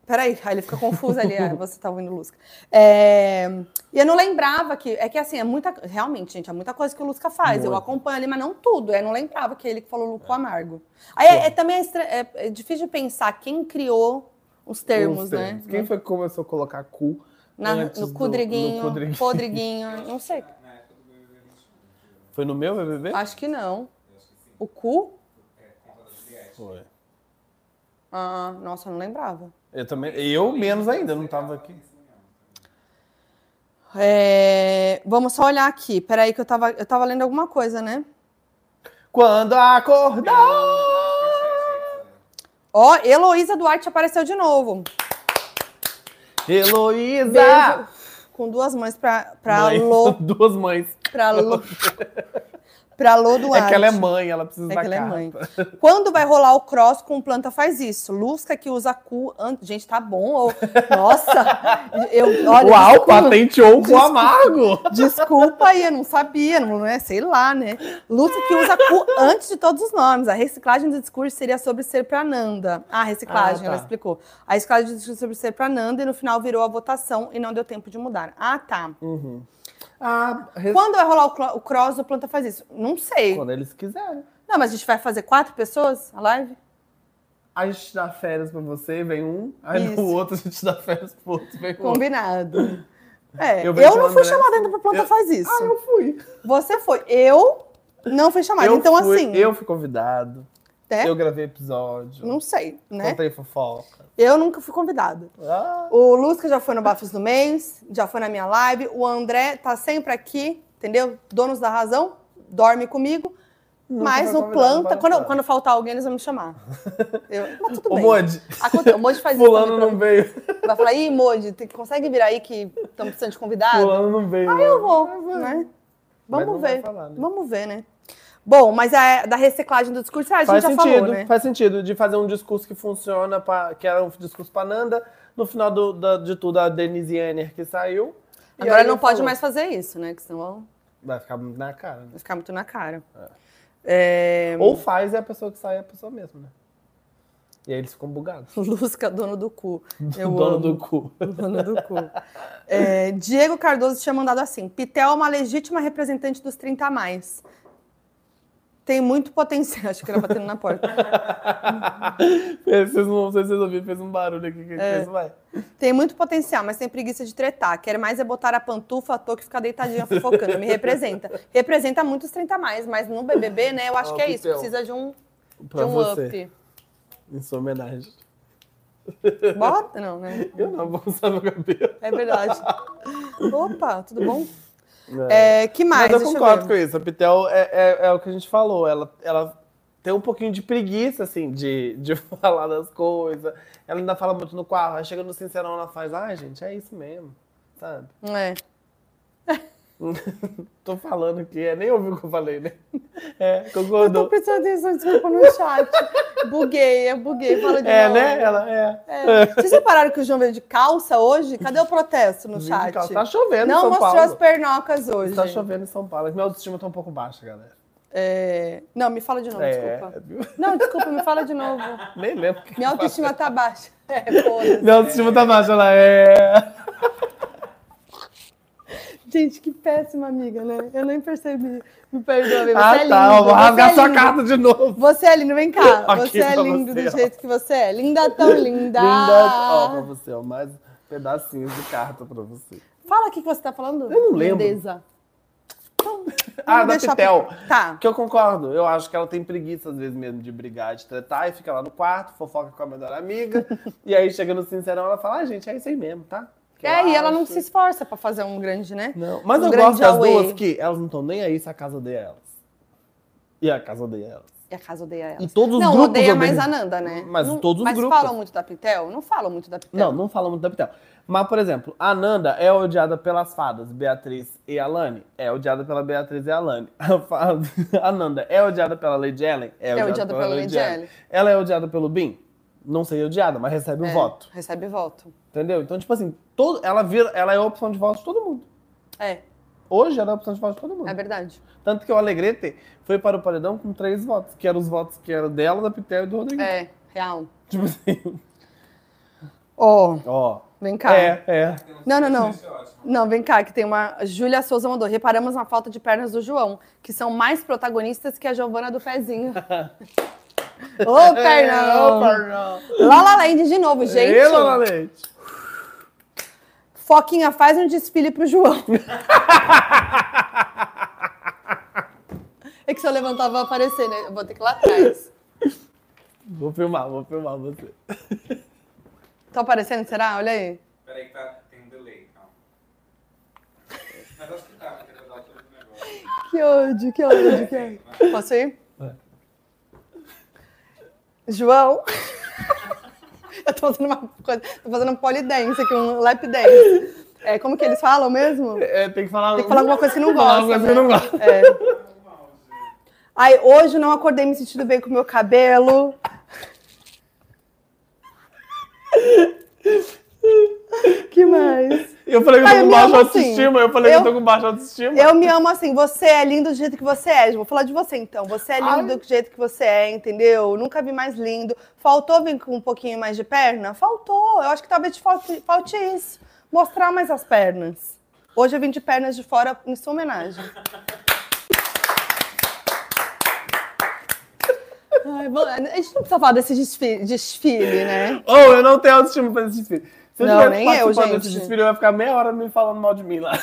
Peraí, aí ele fica confuso ali, ah, você tá ouvindo o Lusca. É, E eu não lembrava que. É que assim, é muita. Realmente, gente, é muita coisa que o Lusca faz. Eu
Muito.
acompanho ali, mas não tudo. Eu não lembrava que ele que falou Luco Amargo. Aí é, é também é, estra- é- é difícil de pensar quem criou os termos,
Uns
né?
termos. Quem foi que começou a colocar cu?
Na-
antes
no
do-
Cudriguinho,
no Cudriguinho.
Podriguinho, não sei.
Na- Na época do BBB 21.
Foi no meu BBB?
Acho que não. O cu?
É, conta da Juliette.
Foi.
Ah, nossa, eu não lembrava.
Eu também. Eu menos ainda, eu não tava aqui.
É, Vamos só olhar aqui. Peraí, que eu tava, eu tava lendo alguma coisa, né?
Quando acordar!
Ó, Heloísa Duarte apareceu de novo.
Heloísa!
Beijo Com duas mães pra, pra
Mãe,
Lô.
Duas mães.
Pra Lô. pra Lô Duarte.
É que ela é mãe, ela precisa
É
da
que ela é
carta.
mãe. Quando vai rolar o cross com planta, faz isso. Lusca que usa cu. an- Gente, tá bom. ô. Nossa! Eu, olha,
Uau,
desculpa,
patenteou com o
Desculpa.
amargo!
desculpa aí, eu não sabia, não é? Sei lá, né? Lusca que usa cu antes de todos os nomes. A reciclagem do discurso seria sobre ser pra Nanda. Ah, a reciclagem,
Ah, tá.
ela explicou. A reciclagem do discurso sobre ser pra Nanda e no final virou a votação e não deu tempo de mudar. Ah, tá.
Uhum. Ah, res-
Quando vai rolar o cro- o cross, o planta faz isso? Não sei.
quando eles quiserem.
Não, mas a gente vai fazer quatro pessoas a live?
A gente dá férias pra você, vem um, aí
Isso.
no outro a gente dá férias pro outro, vem o outro.
Combinado. É,
Eu
eu,
vejo o
não fui
André assim.
chamada ainda pra planta
eu-
faz isso.
Ah, eu fui.
Você foi. Eu não fui chamada.
eu
então,
fui,
assim,
Eu fui convidado,
né?
eu gravei episódio,
não sei, né?
contei fofoca.
Eu nunca fui convidada.
Ah,
O Lusca já foi no Bafos do Mês, já foi na minha live. O André tá sempre aqui, entendeu? Donos da razão, dorme comigo.
nunca
mas
foi
no
convidado
planta,
para
quando,
nada.
quando faltar alguém, eles vão me chamar. Eu, mas tudo
Ô,
bem.
Modi,
Acontece, o Modi faz isso.
fulano
também pra
não veio,
mim. Vai falar, ih, Modi, te- consegue vir aí que estamos precisando de convidado?
fulano não veio. Ah,
Eu vou, né?
Mas não
Vamos
vai
ver.
falar, né?
Vamos ver, né? Bom, mas a, da reciclagem do discurso, ah, a gente
Faz
já
sentido,
falou, né?
faz sentido de fazer um discurso que funciona, pra, que era um discurso pra Nanda, no final do- da- de tudo a Denise Yenner que saiu. e
Agora
aí
não
eu
pode
falo,
mais fazer isso, né? Que senão
Vai ficar muito na cara, né?
vai ficar muito na cara. É,
Ou faz e a pessoa que sai é a pessoa mesma, né? E aí eles ficam bugados.
Lusca, é dono do cu. Eu
Dono
amo.
do cu.
Dono do cu. É, Diego Cardoso tinha mandado assim: Pitel é uma legítima representante dos 30 a mais. Tem muito potencial. Acho que era batendo na porta.
Vocês não, não sei se vocês ouviram, fez um barulho aqui. Que
É.
que isso vai?
Tem muito potencial, mas tem preguiça de tretar. Quer mais é botar a pantufa à toa que fica deitadinha fofocando. Me representa. Representa muitos 30 a mais, mas no BBB, né? Eu acho
Ó,
que é isso.
Pitel.
Precisa de um, de
Pra
um
você,
up.
em sua homenagem.
Bota? Não, né?
Eu não vou usar meu cabelo.
É verdade. Opa, tudo bom?
É.
É, que mais?
Mas eu
Deixa
concordo
ver.
com isso. A Pitel é, é- é o que a gente falou. Ela, ela tem um pouquinho de preguiça, assim, de, de falar das coisas. Ela ainda fala muito no quarto. Aí chega no Sincerão, ela faz, ai, gente, é isso mesmo. Sabe?
É.
Tô falando que é, nem ouviu o que eu falei, né? É,
Eu tô
concordou.
prestando atenção, desculpa, no chat. Buguei, eu buguei. Fala de
É,
novo.
né? Ela é.
É. Vocês repararam que o João veio de calça hoje? Cadê o protesto no
Gente,
chat?
Tá chovendo em
Não
São
mostrou as
Paulo.
pernocas hoje.
Tá chovendo em São Paulo. Minha autoestima tá um pouco baixa, galera.
É, Não, me fala de novo, desculpa.
É, viu?
Não, desculpa, me fala de novo.
nem lembro. o que
Minha
eu faço.
autoestima tá baixa. É, foda-se.
Minha autoestima tá baixa, ela é.
Gente, que péssima amiga, né? Eu nem percebi. Me perdoa, você é
Ah,
lindo.
tá. eu Vou
você
rasgar
é
sua
lindo.
carta de novo.
Você é lindo, vem cá.
Aqui
Você é
pra
lindo
você,
do
ó.
jeito que você é. Linda tão linda. Ah.
Linda. Ó, pra você, ó, mais pedacinhos de carta pra você.
Fala o que você tá falando.
Eu não lembro.
Lindeza. Então,
Ah, da
vamos deixar
Pitel.
pra- Tá.
Que eu concordo. Eu acho que ela tem preguiça, às vezes, mesmo, de brigar, de tretar, e fica lá no quarto, fofoca com a melhor amiga. e aí chega no Sincerão, ela fala, ah, gente, é isso aí mesmo, tá? Que eu
É, e ela não
acho."
se esforça pra fazer um grande, né?
Não, mas
Um
eu
grande
gosto das
auê.
duas que elas não estão nem aí se a casa odeia elas. E a casa odeia elas.
E a casa odeia ela.
E todos os
não,
grupos
odeia mais
odeiam.
a Nanda, né?
Mas
não,
todos os
mas
grupos.
falam muito da Pitel? Não falam muito da Pitel.
Não, não fala muito da Pitel. Mas, por exemplo, a Nanda é odiada pelas fadas, Beatriz e Alane. É odiada pela Beatriz e Alane. A, fa- a Nanda é odiada pela Lady Ellen. É odiada, pela, Lady Ellen. Ela é odiada pelo Bin? Não sei odiada, mas recebe o
É,
voto.
Recebe voto.
Entendeu? Então, tipo assim, todo, ela, vira, ela é a opção de voto de todo mundo.
É,
Hoje ela é a opção de voto de todo mundo.
é verdade.
Tanto que o Alegrete foi para o paredão com três votos, que eram os votos que eram dela, da Pitel e do Rodrigo.
É, real.
Tipo assim.
Ó,
Ó.
vem cá.
É, é.
Não, não, não.
Isso é ótimo.
Não, vem cá, que tem uma. Júlia Souza mandou. Reparamos na falta de pernas do João, que são mais protagonistas que a Giovana do Pezinho. Ô,
É, Ô,
pernão!
pernão.
Lala Land de novo, gente.
Ei, Lola Leite.
Foquinha faz um desfile pro João. é que se eu levantar vai aparecer, né? Eu vou ter que ir lá atrás.
Vou filmar, vou filmar você.
Tá aparecendo, será? Olha aí.
Peraí que tá, tem um delay, calma. Mas acho que tá, porque tá da altura do negócio.
Que ódio, que ódio, que ódio. Posso ir?
Vai.
João? Eu tô fazendo uma coisa, tô fazendo um polidense aqui, um lap dance. É, como que eles falam mesmo?
É, tem que falar.
Tem que falar alguma coisa que não
Tem que falar
gosta.
alguma coisa
né?
que não gosta.
É. Ai, hoje eu não acordei me sentindo bem com o meu cabelo. que mais?
Eu falei que eu tô
Ah, eu
com
me
baixa
amo assim.
autoestima. Eu falei que eu tô
Eu-
com baixa autoestima.
Eu me amo assim, você é lindo do jeito que você é. Vou falar de você então. Você é lindo do jeito que você é, entendeu? Nunca vi mais lindo. Faltou vir com um pouquinho mais de perna? Faltou. Eu acho que talvez te falte, falte isso. Mostrar mais as pernas. Hoje eu vim de pernas de fora em sua homenagem. Ai, bom, a gente não precisa falar desse desfi- desfile né?
Ou eu não tenho autoestima pra esse desfile. Se eu
Não,
tiver
nem eu,
participando
gente.
desse desfile, eu ia ficar meia hora me falando mal de mim lá.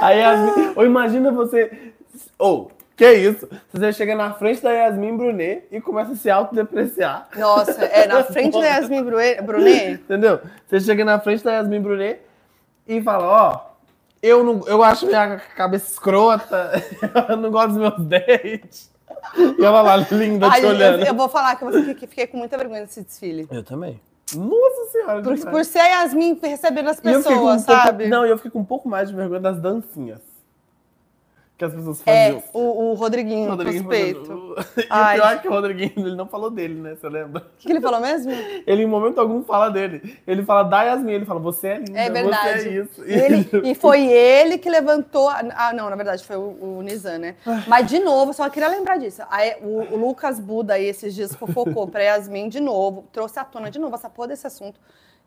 Aí, Yasmin... Ou imagina você... Ou, que isso? Você chega na frente da Yasmin Brunet e começa a se autodepreciar.
Nossa, é na frente da Yasmin Brue- Brunet?
Entendeu? Você chega na frente da Yasmin Brunet e fala, ó, eu não, eu acho minha cabeça escrota, eu não gosto dos meus dentes. E ela lá, linda,
Ai,
te
eu,
olhando.
eu vou falar que eu fiquei- fiquei com muita vergonha desse desfile.
Eu também. Nossa senhora.
Por,
demais.
por ser a Yasmin recebendo as
E eu fiquei com
pessoas,
um pouco-
sabe?
não, e eu fiquei com um pouco mais de vergonha das dancinhas. Que as pessoas
é,
faziam.
o, o Rodriguinho, suspeito.
fazendo- E
Ai.
o pior é que o Rodriguinho, ele não falou dele, né? Você lembra?
O que ele falou mesmo?
Ele, em momento algum, fala dele. Ele fala da Yasmin, ele fala, você é linda,
É verdade.
você é isso.
E, ele- e foi ele que levantou. a- Ah, não, na verdade foi o, o Nizam, né?
Ah.
Mas de novo, só queria lembrar disso. Aí, o, o Lucas Buda aí esses dias fofocou pra Yasmin de novo, trouxe à tona de novo essa porra desse assunto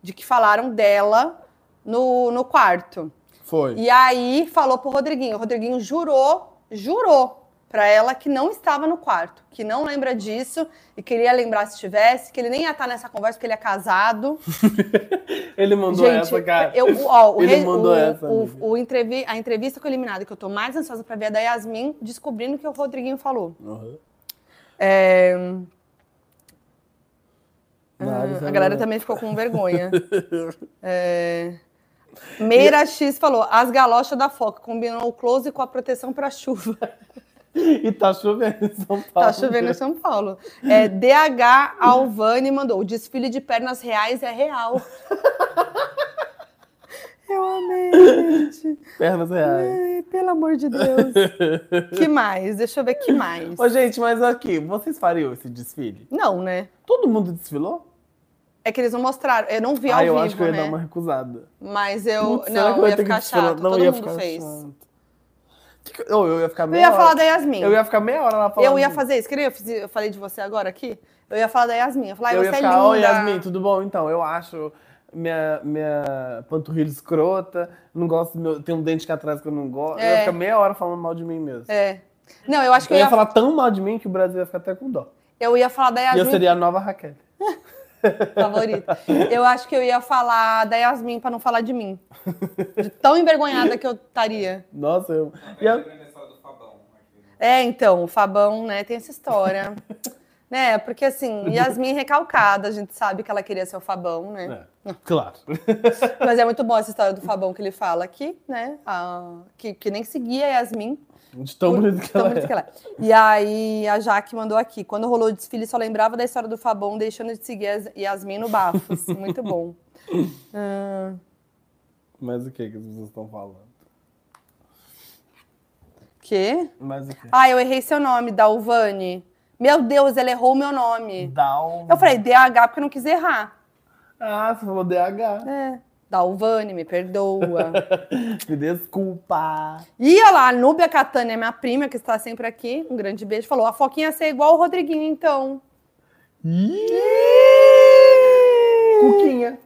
de que falaram dela no, no quarto.
Foi.
E aí falou pro Rodriguinho. O Rodriguinho jurou, jurou pra ela que não estava no quarto, que não lembra disso e queria lembrar se tivesse, que ele nem ia estar nessa conversa porque ele é casado.
Ele mandou essa, cara.
eu- ó, o
Ele
re-
mandou
o-
essa,
o-
amiga.
o entrevi- a entrevista com o eliminado que eu tô mais ansiosa pra ver é da Yasmin descobrindo o que o Rodriguinho falou.
Uhum.
É,
Vários
Hum, a galera
agora.
também ficou com vergonha. É, Meira X falou, as galochas da Foca combinou o close com a proteção pra chuva.
E tá chovendo em São Paulo.
Tá chovendo em São Paulo. É, DH Alvani mandou: o desfile de pernas reais é real. Eu amei, gente.
Pernas reais.
Ai, pelo amor de Deus. Que mais? Deixa eu ver que mais.
Ô, gente, mas aqui, vocês fariam esse desfile?
Não, né?
Todo mundo desfilou?
É que eles não mostraram. Eu não vi ao
ah, eu
vivo,
acho que eu ia
né?
dar uma recusada.
Mas eu.
Putz, será
não,
que
eu
eu ter
ia
que
ficar
desfilar?
chato.
Não,
Todo
ia
mundo
ficar
fez.
chato. Que que- Ou eu ia ficar
Eu
meia
ia
hora.
falar da Yasmin.
Eu ia ficar meia hora lá falando.
Eu ia fazer isso. Queria eu, fiz- eu falei de você agora aqui? Eu ia falar da Yasmin. Eu ia falar, ai,
Eu
você
ia
é
ficar,
linda.
ô Yasmin, tudo bom? Então, eu acho minha, minha panturrilha escrota, não gosto do meu. Tem um dente aqui atrás que eu não gosto. Eu
É.
ia ficar meia hora falando mal de mim mesmo.
É. Não, eu acho que
Eu
eu
ia
ia,
falar tão mal de mim que o Brasil ia ficar até com dó.
eu ia falar da
E eu
Yasmin
seria a nova Raquel.
favorita. Eu acho que eu ia falar da Yasmin pra não falar de mim. De tão envergonhada que eu estaria.
Nossa, eu.
Não,
E
tá
eu...
lembrando a história do Fabão aqui. né?
É, então, o Fabão, né, tem essa história. né, porque assim, Yasmin recalcada, a gente sabe que ela queria ser o Fabão, né?
É, claro.
Mas é muito boa essa história do Fabão que ele fala aqui, né? a- que, que nem seguia a Yasmin,
De tão
Por-
bonito que
tão
ela
bonito
é.
que ela é. E aí a Jaque mandou aqui. Quando rolou o desfile, só lembrava da história do Fabão deixando de seguir a Yasmin no Bafos. Muito bom. Ah,
Mas o que que as pessoas estão falando?
que?
Mas o que?
Ah, eu errei seu nome, Dalvani. Meu Deus, ela errou o meu nome.
Down.
É. Eu falei DH porque eu não quis errar.
um- Ah, você falou DH.
É. Dalvani, me perdoa.
Me desculpa.
E olha lá, a Núbia Catânia, minha prima, que está sempre aqui, um grande beijo, falou: a Foquinha ia ser igual o Rodriguinho, então.
Cuquinha.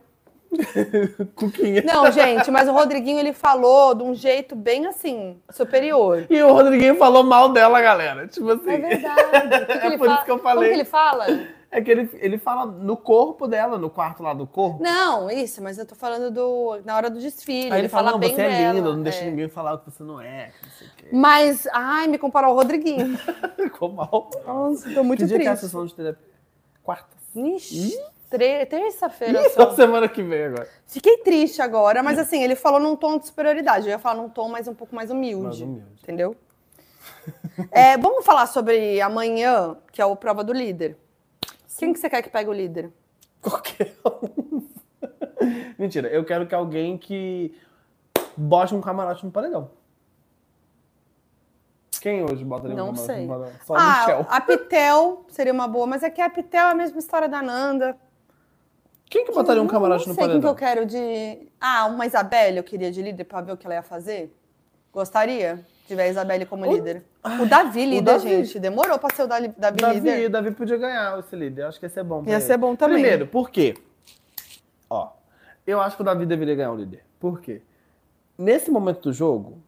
Cuquinha.
Não, gente, mas o Rodriguinho ele falou de um jeito bem assim, superior.
E o Rodriguinho falou mal dela, galera. Tipo assim.
É verdade. O que que
É
ele
por isso
fa-
que eu
Como
falei.
que ele fala?
É que ele, ele fala no corpo dela, no quarto lá do corpo.
Não, isso, mas eu tô falando do na hora do desfile.
Aí ele fala, não,
bem
você é
dela,
linda, não deixa
é.
ninguém falar que você não é, que não sei o quê.
Mas, ai, me comparou ao Rodriguinho.
Ficou mal.
Nossa, tô muito
que dia que é a
triste.
sessão de terapia? Quarta.
Ixi, tre- terça-feira
Ih,
só.
só semana que vem agora.
Fiquei triste agora, mas assim, ele falou num tom de superioridade. Eu ia falar num tom mais um pouco mais humilde.
Mais humilde.
Entendeu? É, vamos falar sobre amanhã, que é o prova do líder. Quem que você quer que pegue o líder?
Qualquer um. Mentira, eu quero que alguém que bote um camarote no paredão. Quem hoje bota
Não
um camarote no
sei.
paredão? Só
ah,
Michel.
a Pitel seria uma boa, mas é que a Pitel é a mesma história da Nanda.
Quem que botaria um camarote
não,
no
sei quem que
paredão?
eu quero de... Ah, uma Isabelle eu queria de líder pra ver o que ela ia fazer. Gostaria de ver a Isabelle como
O-
líder. O Davi líder,
Davi.
gente. Demorou pra ser o Dali- Davi,
Davi,
líder.
Davi podia ganhar esse líder. Eu acho que ia ser bom. pra
Ia
ele.
ser bom também.
Primeiro, por quê? Ó, eu acho que o Davi deveria ganhar o líder. Por quê? Nesse momento do jogo,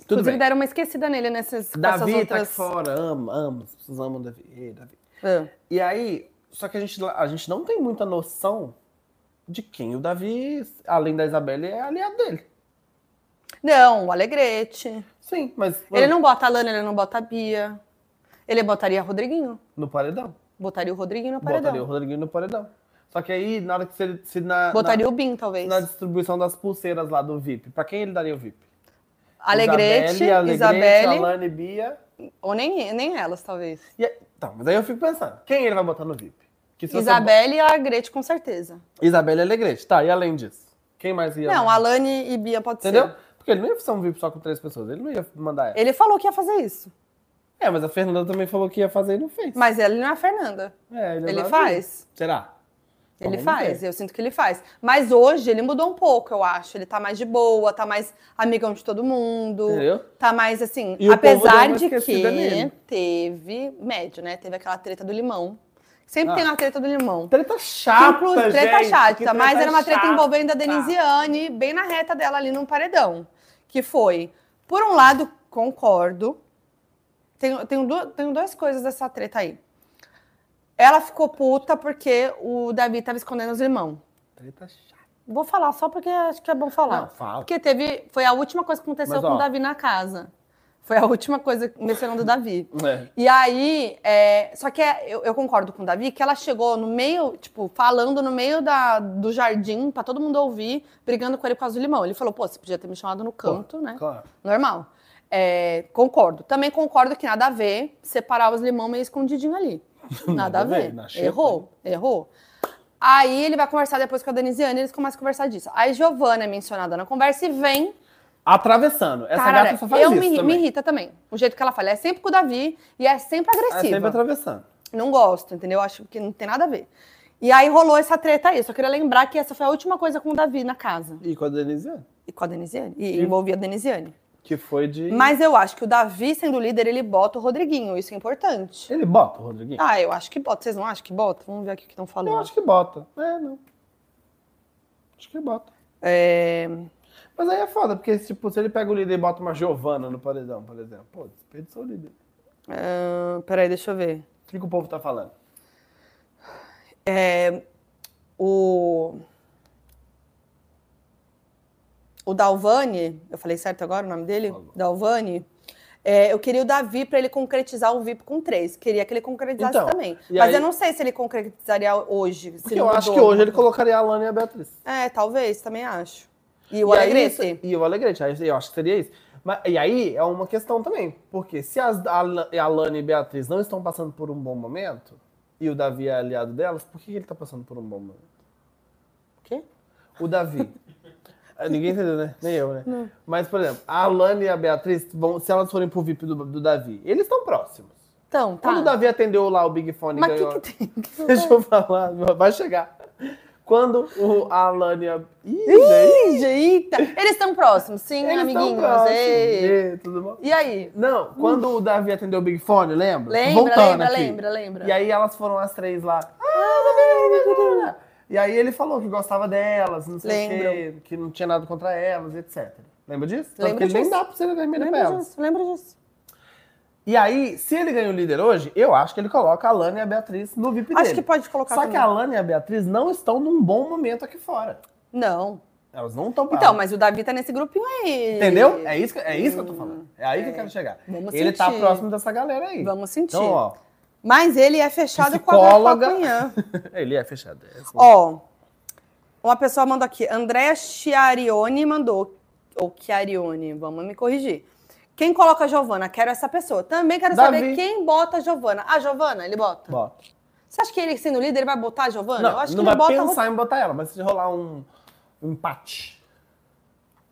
tudo
Inclusive
bem.
deram uma esquecida nele nessas com essas
Davi tá
outras...
aqui fora, ama, ama. As pessoas amam o Davi. Ei, Davi.
Ah.
E aí, só que a gente, a gente não tem muita noção de quem o Davi, além da Isabelle, é aliado dele.
Não, o Alegrete.
Sim, mas
Ele não bota a Lana, ele não bota a Bia. Ele botaria Rodriguinho.
no paredão.
Botaria o Rodriguinho no paredão.
Botaria o
Botaria,
Rodriguinho no paredão. Só que aí, na hora que se, se na,
o Bin,
na,
talvez.
na distribuição das pulseiras lá do VIP, pra quem ele daria o VIP?
Alegrete,
Isabelle,
Isabelle,
Alegrete, Alane, Bia.
ou nem, nem elas, talvez.
E aí- tá, mas aí eu fico pensando, quem ele vai botar no VIP? Que se você
Isabelle e Alegrete, com certeza.
bo- Isabelle e Alegrete. Tá, e além disso? Quem mais ia?
Não, Alane e Bia pode
né? Entendeu?
ser.
Porque ele não ia ser um VIP só com três pessoas, ele não ia mandar ela.
Ele falou que ia fazer isso,
É, mas a Fernanda também falou que ia fazer e não fez.
mas ele não é a Fernanda.
É, é
Ele
maravilhoso.
faz.
Será? Então
Ele
vamos
faz,
ver.
eu sinto que ele faz. Mas hoje ele mudou um pouco, eu acho. Ele tá mais de boa, tá mais amigão de todo mundo.
Entendeu?
Tá mais assim.
E o povo deu
apesar
uma
de que
esquecida nele.
teve médio, né? Teve aquela treta do limão.
Ah.
Sempre tem uma treta do limão.
Treta chata,
Inclusive, Tipo, treta
gente,
um chata,
que treta
mas era uma treta
chata.
envolvendo a Denisiane, bem na reta dela ali num paredão. Que foi, por um lado, concordo. Tenho, tenho, du- tenho duas coisas dessa treta aí. Ela ficou puta porque o Davi tava escondendo os limão.
Treta chata.
Vou falar só porque acho que é bom falar.
Não, fala.
Porque teve. Foi a última coisa que aconteceu
Mas,
com
ó.
o Davi na casa. Foi a última coisa mencionando o Davi.
É.
E aí, é, só que é, eu, eu concordo com o Davi que ela chegou no meio, tipo, falando no meio da, do jardim pra todo mundo ouvir, brigando com ele por causa do limão. Ele falou, pô, você podia ter me chamado no canto, né?
Claro.
Normal. É, concordo. Também concordo que nada a ver separar os limão meio escondidinho ali. Nada a ver.
na xepa. né?
Errou, errou. Aí ele vai conversar depois com a Denisiane, eles começam a conversar disso. Aí Giovana é mencionada na conversa e vem.
Atravessando. Essa
cara,
gata só faz
eu
isso
me, irri- me
também.
irrita também. O jeito que ela fala. É sempre com o Davi e é
É
sempre agressiva.
sempre atravessando.
Não gosto, entendeu? Acho que não tem nada a ver. E aí rolou essa treta aí. Só queria lembrar que essa foi a última coisa com o Davi na casa.
E com a Denisiane,
E com a Denisiane. E envolvia a Denisiane.
que foi de...
Mas eu acho que o Davi, sendo líder, ele bota o Rodriguinho. Isso é importante.
Ele bota o Rodriguinho?
Ah, eu acho que bota. Vocês não acham que bota? Vamos ver aqui o que estão falando.
Eu acho que bota. É, não. Acho que bota.
É,
Mas aí é foda, porque tipo, se ele pega o líder e bota uma Giovana no paredão, por exemplo, pô, desperdiçou o líder.
ahn, hum, peraí, deixa eu ver.
O que, que o povo tá falando?
O... O Dalvani, eu falei certo agora o nome dele?
Falou.
Dalvani. É, eu queria o Davi para ele concretizar o VIP com três. Queria que ele concretizasse
Então,
também.
e
Mas
aí-
eu não sei se ele concretizaria hoje. se
Porque
não
eu acho
mudou
que hoje
alguma
ele
coisa.
colocaria a Alana e a Beatriz.
É, talvez, também acho. E o
E aí,
Alegrete.
isso- E o Alegrete, aí eu acho que seria isso. Mas, e aí é uma questão também, porque se as, a, Lan- a Lana e a Beatriz não estão passando por um bom momento, e o Davi é aliado delas, por que ele tá passando por um bom momento?
O quê?
O Davi. Ah, Ninguém entendeu, né? Nem eu, né? Mas, por exemplo, a Alana e a Beatriz, vão, se elas forem pro VIP do, do Davi, eles estão próximos.
Então, tá.
Quando o Davi atendeu lá o Big Fone e
Mas
ganhou...
o que, que tem?
Deixa eu falar, vai chegar. Quando o, a Alana e a... Ih, gente,
Ih, Eita! Eles estão próximos, sim,
eles tão
amiguinhos.
próximos.
ei.
Ê, tudo bom?
E aí?
Não, quando o Davi atendeu o Big Fone, lembra?
Lembra,
Voltando
lembra,
aqui.
lembra, lembra.
E aí elas foram as três lá. "Ah, E aí ele falou que gostava delas, não sei o quê,
Lembro.
que não tinha nada contra elas, etc. Lembra disso? Tanto
Lembro
que ele nem
disso.
dá pra ser vermelho pra
Lembra
elas.
disso, lembra disso.
E aí, se ele ganha o líder hoje, eu acho que ele coloca a Lana e a Beatriz no VIP
Acho
dele.
que pode colocar
Só que
também.
a Lana e a Beatriz não estão num bom momento aqui fora.
Não.
Elas não estão
Então, mas o Davi tá nesse grupinho aí.
Ah. Entendeu? É isso, que, é isso que eu tô falando. É aí que eu quero chegar.
Vamos
ele tá
sentir.
próximo dessa galera aí.
Vamos sentir.
Então, ó,
Mas ele é fechado
Psicóloga.
com a Gafa Cunhã.
ele é fechado. É assim.
Ó, uma pessoa mandou aqui. Andréa Chiarione mandou. Ou Chiarione, vamos me corrigir. Quem coloca a Giovana? Quero essa pessoa. Também quero saber
Davi.
quem bota a Giovana. A Giovana, ele bota?
Bota.
Você acha que ele, sendo líder, ele vai botar a Giovana?
Não,
Eu acho
não
que
vai
ele bota a
pensar em botar ela, mas se rolar um, um empate,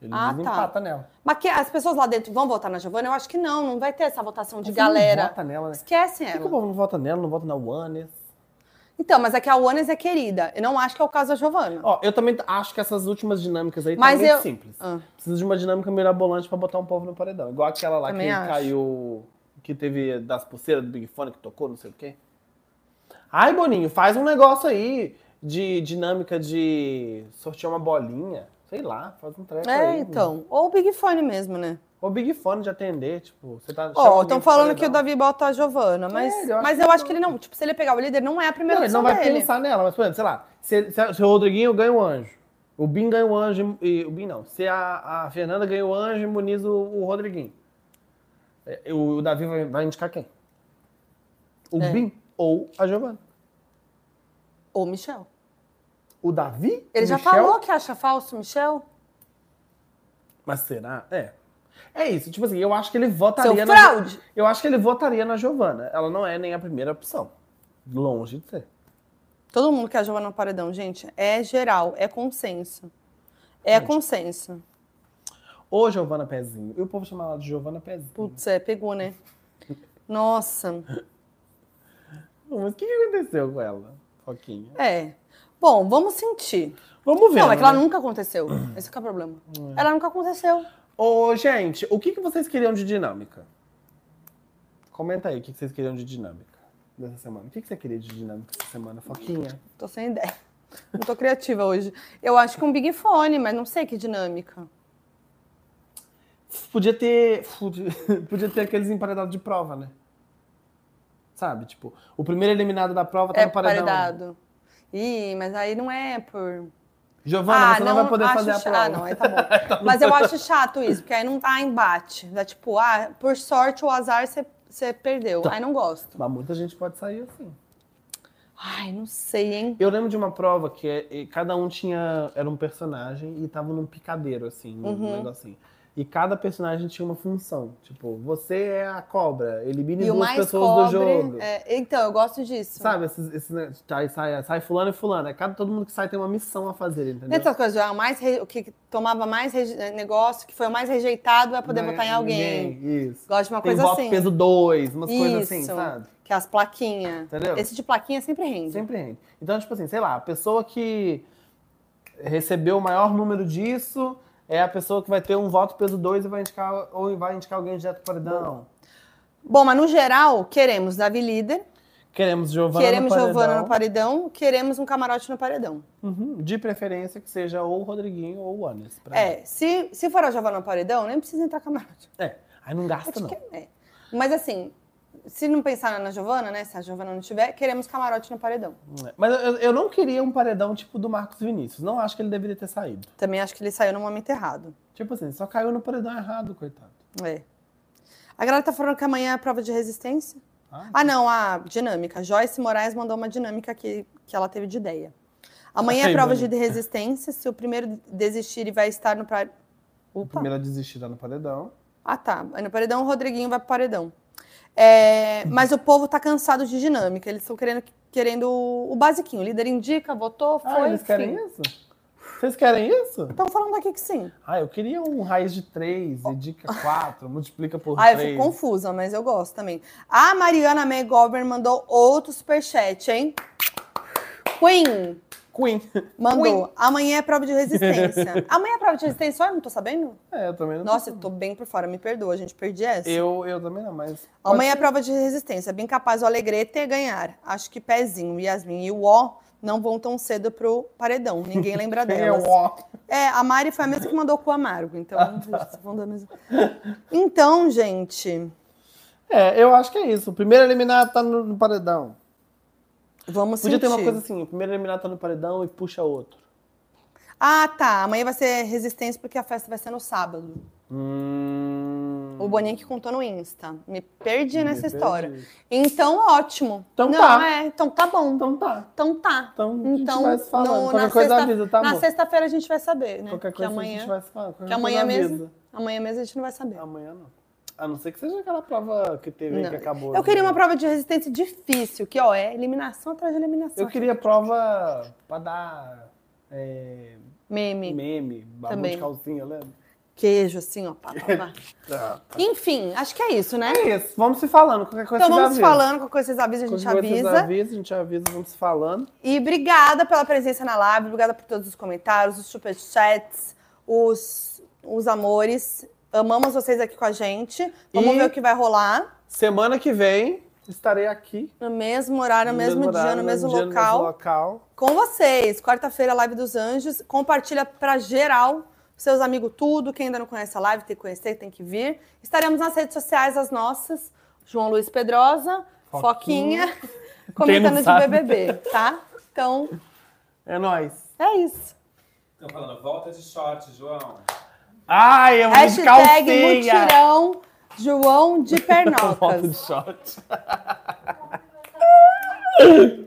ele
Ah, tá.
desempata nela.
Mas que as pessoas lá dentro vão votar na Giovana? Eu acho que não, não vai ter essa votação de
Mas Não
galera.
vota nela, né?
Esquecem
Por que que o
ela.
povo não vota nela, não vota na Wannes?
Então, mas é que a Ones é querida. Eu não acho que é o caso da Giovana.
Ó, eu também t- acho que essas últimas dinâmicas aí
Mas
tá muito
eu-
simples.
Ah.
Precisa de uma dinâmica mirabolante pra botar um povo no paredão. Igual aquela lá
Também
que
acho.
caiu, que teve das pulseiras do Big Fone que tocou, não sei o quê. Ai, Boninho, faz um negócio aí de dinâmica de sortear uma bolinha. Sei lá, faz um treco aí.
É,
mano.
então. Ou o Big Fone mesmo, né?
O Big Fone de atender, tipo, você tá. chama
Ó,
alguém
estão
pro
falando
paredão.
que o Davi bota a Giovana, mas,
É, eu acho
mas
que
eu
não.
acho que ele não. Tipo, se ele pegar o líder, não é a primeira
Não, ele
opção
não vai
dele.
pensar nela, mas, por exemplo, sei lá, se, se- se o Rodriguinho ganha o anjo, o Bim ganha o anjo, e o Bim não, se a, a Fernanda ganha o anjo, imuniza o, o Rodriguinho. É, O, o Davi vai, vai indicar quem? O
É.
Bim ou a Giovana.
Ou o Michel.
O Davi?
Ele já
Michel?
falou que acha falso, o Michel?
Mas será? É. É isso, tipo assim, eu acho que ele votaria
Seu
na.
fraude!
Eu acho que ele votaria na Giovana. Ela não é nem a primeira opção. Longe de ser.
Todo mundo que a Giovana no paredão, gente, é geral, é consenso. É
Gente.
consenso.
Ou Giovana Pezinho. E o povo chama ela de Giovana Pezinho.
Putz, é, pegou, né? Nossa.
Mas o que que aconteceu com ela, Foquinha?
É. Bom, vamos sentir.
Vamos ver.
Não, é que ela
né? Hum.
nunca aconteceu. Esse que é o problema. Ela nunca aconteceu.
Ô, gente, o que, que vocês queriam de dinâmica? Comenta aí o que, que vocês queriam de dinâmica dessa semana. O que, que você queria de dinâmica essa semana, Foquinha?
Tô sem ideia. Não tô criativa hoje. Eu acho que um Big Fone, mas não sei que dinâmica.
Podia ter. fudi- Podia ter aqueles emparedados de prova, né? Sabe? Tipo, o primeiro eliminado da prova tá
é
no paredão.
paredado. Ih, mas aí não é por. Ah,
Giovana, você não, vai poder
acho
fazer a
cha-
prova.
Ah, não, aí tá bom. mas eu acho chato isso, porque aí não tá embate. Dá tipo, ah, por sorte o azar você- você perdeu.
Tá.
Aí não gosto.
Mas muita gente pode sair assim.
Ai, não sei, hein?
Eu lembro de uma prova que é- e cada um tinha. Era um personagem e tava num picadeiro, assim, num
Uhum.
negocinho. E cada personagem tinha uma função. Tipo, você é a cobra, elimine
E o
duas
mais
pessoas do jogo.
pobre. é, então, eu gosto disso.
Sabe, esses, esses, né, aí sai, sai fulano e fulano. É Cada, todo mundo que sai tem uma missão a fazer, entendeu?
Dessas coisas, ah, o mais re- o que tomava mais reje- negócio, que foi o mais rejeitado, vai poder
Não é
votar em alguém.
ninguém, Isso.
Gosto de uma
tem
coisa
voto
assim.
peso 2, umas coisas assim,
Isso.
sabe?
Que é as plaquinhas.
Entendeu?
Esse de plaquinha sempre rende.
Sempre rende. Então, tipo assim, sei lá, a pessoa que recebeu o maior número disso é a pessoa que vai ter um voto peso 2 e vai indicar, ou vai indicar alguém direto para paredão.
Bom, mas no geral, queremos Davi líder,
Queremos Giovana
queremos
no paredão.
Giovana no paredão, queremos um camarote no paredão.
Uhum. De preferência que seja ou o Rodriguinho ou o Anis. pra mim.
É, se, se for a Giovana no paredão, nem precisa entrar camarote.
é. Aí não gasta,
Acho
não.
que é. Mas assim, se não pensar na Giovana, né? Se a Giovana não tiver, queremos camarote no paredão.
É. Mas eu, eu não queria um paredão tipo do Marcos Vinícius. Não acho que ele deveria ter saído.
Também acho que ele saiu no momento errado.
Tipo assim, só caiu no paredão errado, coitado.
É. A galera tá falando que amanhã é prova de resistência.
Ah,
Ah, não, a dinâmica. Joyce Moraes mandou uma dinâmica que, que ela teve de ideia. Amanhã é
Ai,
prova de
Manu.
resistência. Se o primeiro desistir, ele vai estar no pra...
o
Opa.
primeiro a desistir tá no paredão.
Ah, tá. Vai No paredão, o Rodriguinho vai pro paredão. É, mas o povo tá cansado de dinâmica. Eles estão querendo, querendo o o basiquinho. O líder indica, votou, foi.
Ah, eles querem
fim.
isso? Vocês querem isso?
Estão falando aqui que sim.
Ah, eu queria um raiz de 3 e dica 4, multiplica por
Ah, eu
3.
fico confusa, mas eu gosto também. A Mariana McGovern mandou outro superchat, hein? Queen
Queen.
mandou. Amanhã é prova de resistência. Amanhã é prova de resistência, só eu não tô sabendo?
É, eu também não.
Nossa, eu tô bem por fora, me perdoa, gente, perdi essa.
Eu, eu também não, mas.
Amanhã é prova de resistência. Bem capaz o Alegrete ganhar. Acho que Pezinho, Yasmin e o O não vão tão cedo pro paredão. Ninguém lembra
Quem é
delas.
o Ah. ó?
É, a Mari foi a mesma que mandou com o Amargo. Então, vocês estão falando da mesma- Então, gente,
É, eu acho que é isso. O primeiro eliminado tá no, no paredão.
Vamos
Podia ter uma
sentir.
coisa assim, o primeiro eliminado tá no paredão e puxa outro.
Ah, tá. Amanhã vai ser resistência porque a festa vai ser no sábado.
Hum...
O Boninho que contou no Insta. Me perdi nessa
Depende.
história. Então, ótimo.
Então
Não,
tá.
é. Então tá bom.
Então tá.
Então tá.
Então, a
Então,
gente vai se falando.
no- na
Qualquer coisa
sexta-
avisa, tá,
Na
amor?
sexta-feira a gente vai saber, né?
Qualquer
Porque
coisa a
amanhã,
gente vai se falando. Qualquer
que amanhã
coisa
mesmo-
avisa.
amanhã mesmo a gente não vai saber.
Amanhã não. A não ser que seja aquela prova que teve aí
Não.
que acabou.
Eu queria
né?
uma prova de resistência difícil, que ó, é eliminação atrás de eliminação.
Eu queria prova pra dar é,
Meme,
meme, babu
Também.
de calcinha, lembra?
queijo, assim, ó. Pá, pá, pá.
Tá, tá.
Enfim, acho que é isso, né?
É isso, vamos se falando. Qualquer coisa
Então
vocês
vamos se
avisam.
falando, qualquer coisa vocês avisam, a gente
Qualquer coisa vocês
avisa.
avisam, a gente avisa, vamos se falando.
E obrigada pela presença na live, obrigada por todos os comentários, os superchats, os, os amores. Amamos vocês aqui com a gente. Vamos
E-
ver o que vai rolar.
Semana que vem estarei aqui.
No mesmo horário, no mesmo,
horário,
dia, no mesmo
dia,
local.
local.
Com vocês, quarta-feira, Live dos Anjos. Compartilha pra geral, seus amigos tudo. Quem ainda não conhece a live, tem que conhecer, tem que vir. Estaremos nas redes sociais, as nossas. João Luiz Pedrosa, Foquinha,
Foquinha. Quem
comentando
não
de
sabe.
BBB, tá? Então,
É nóis.
é isso.
Estão falando, volta de short, João.
Ai, eu vou de
Hashtag
calcinha.
mutirão João de
Volta de
Pernocas.
shot.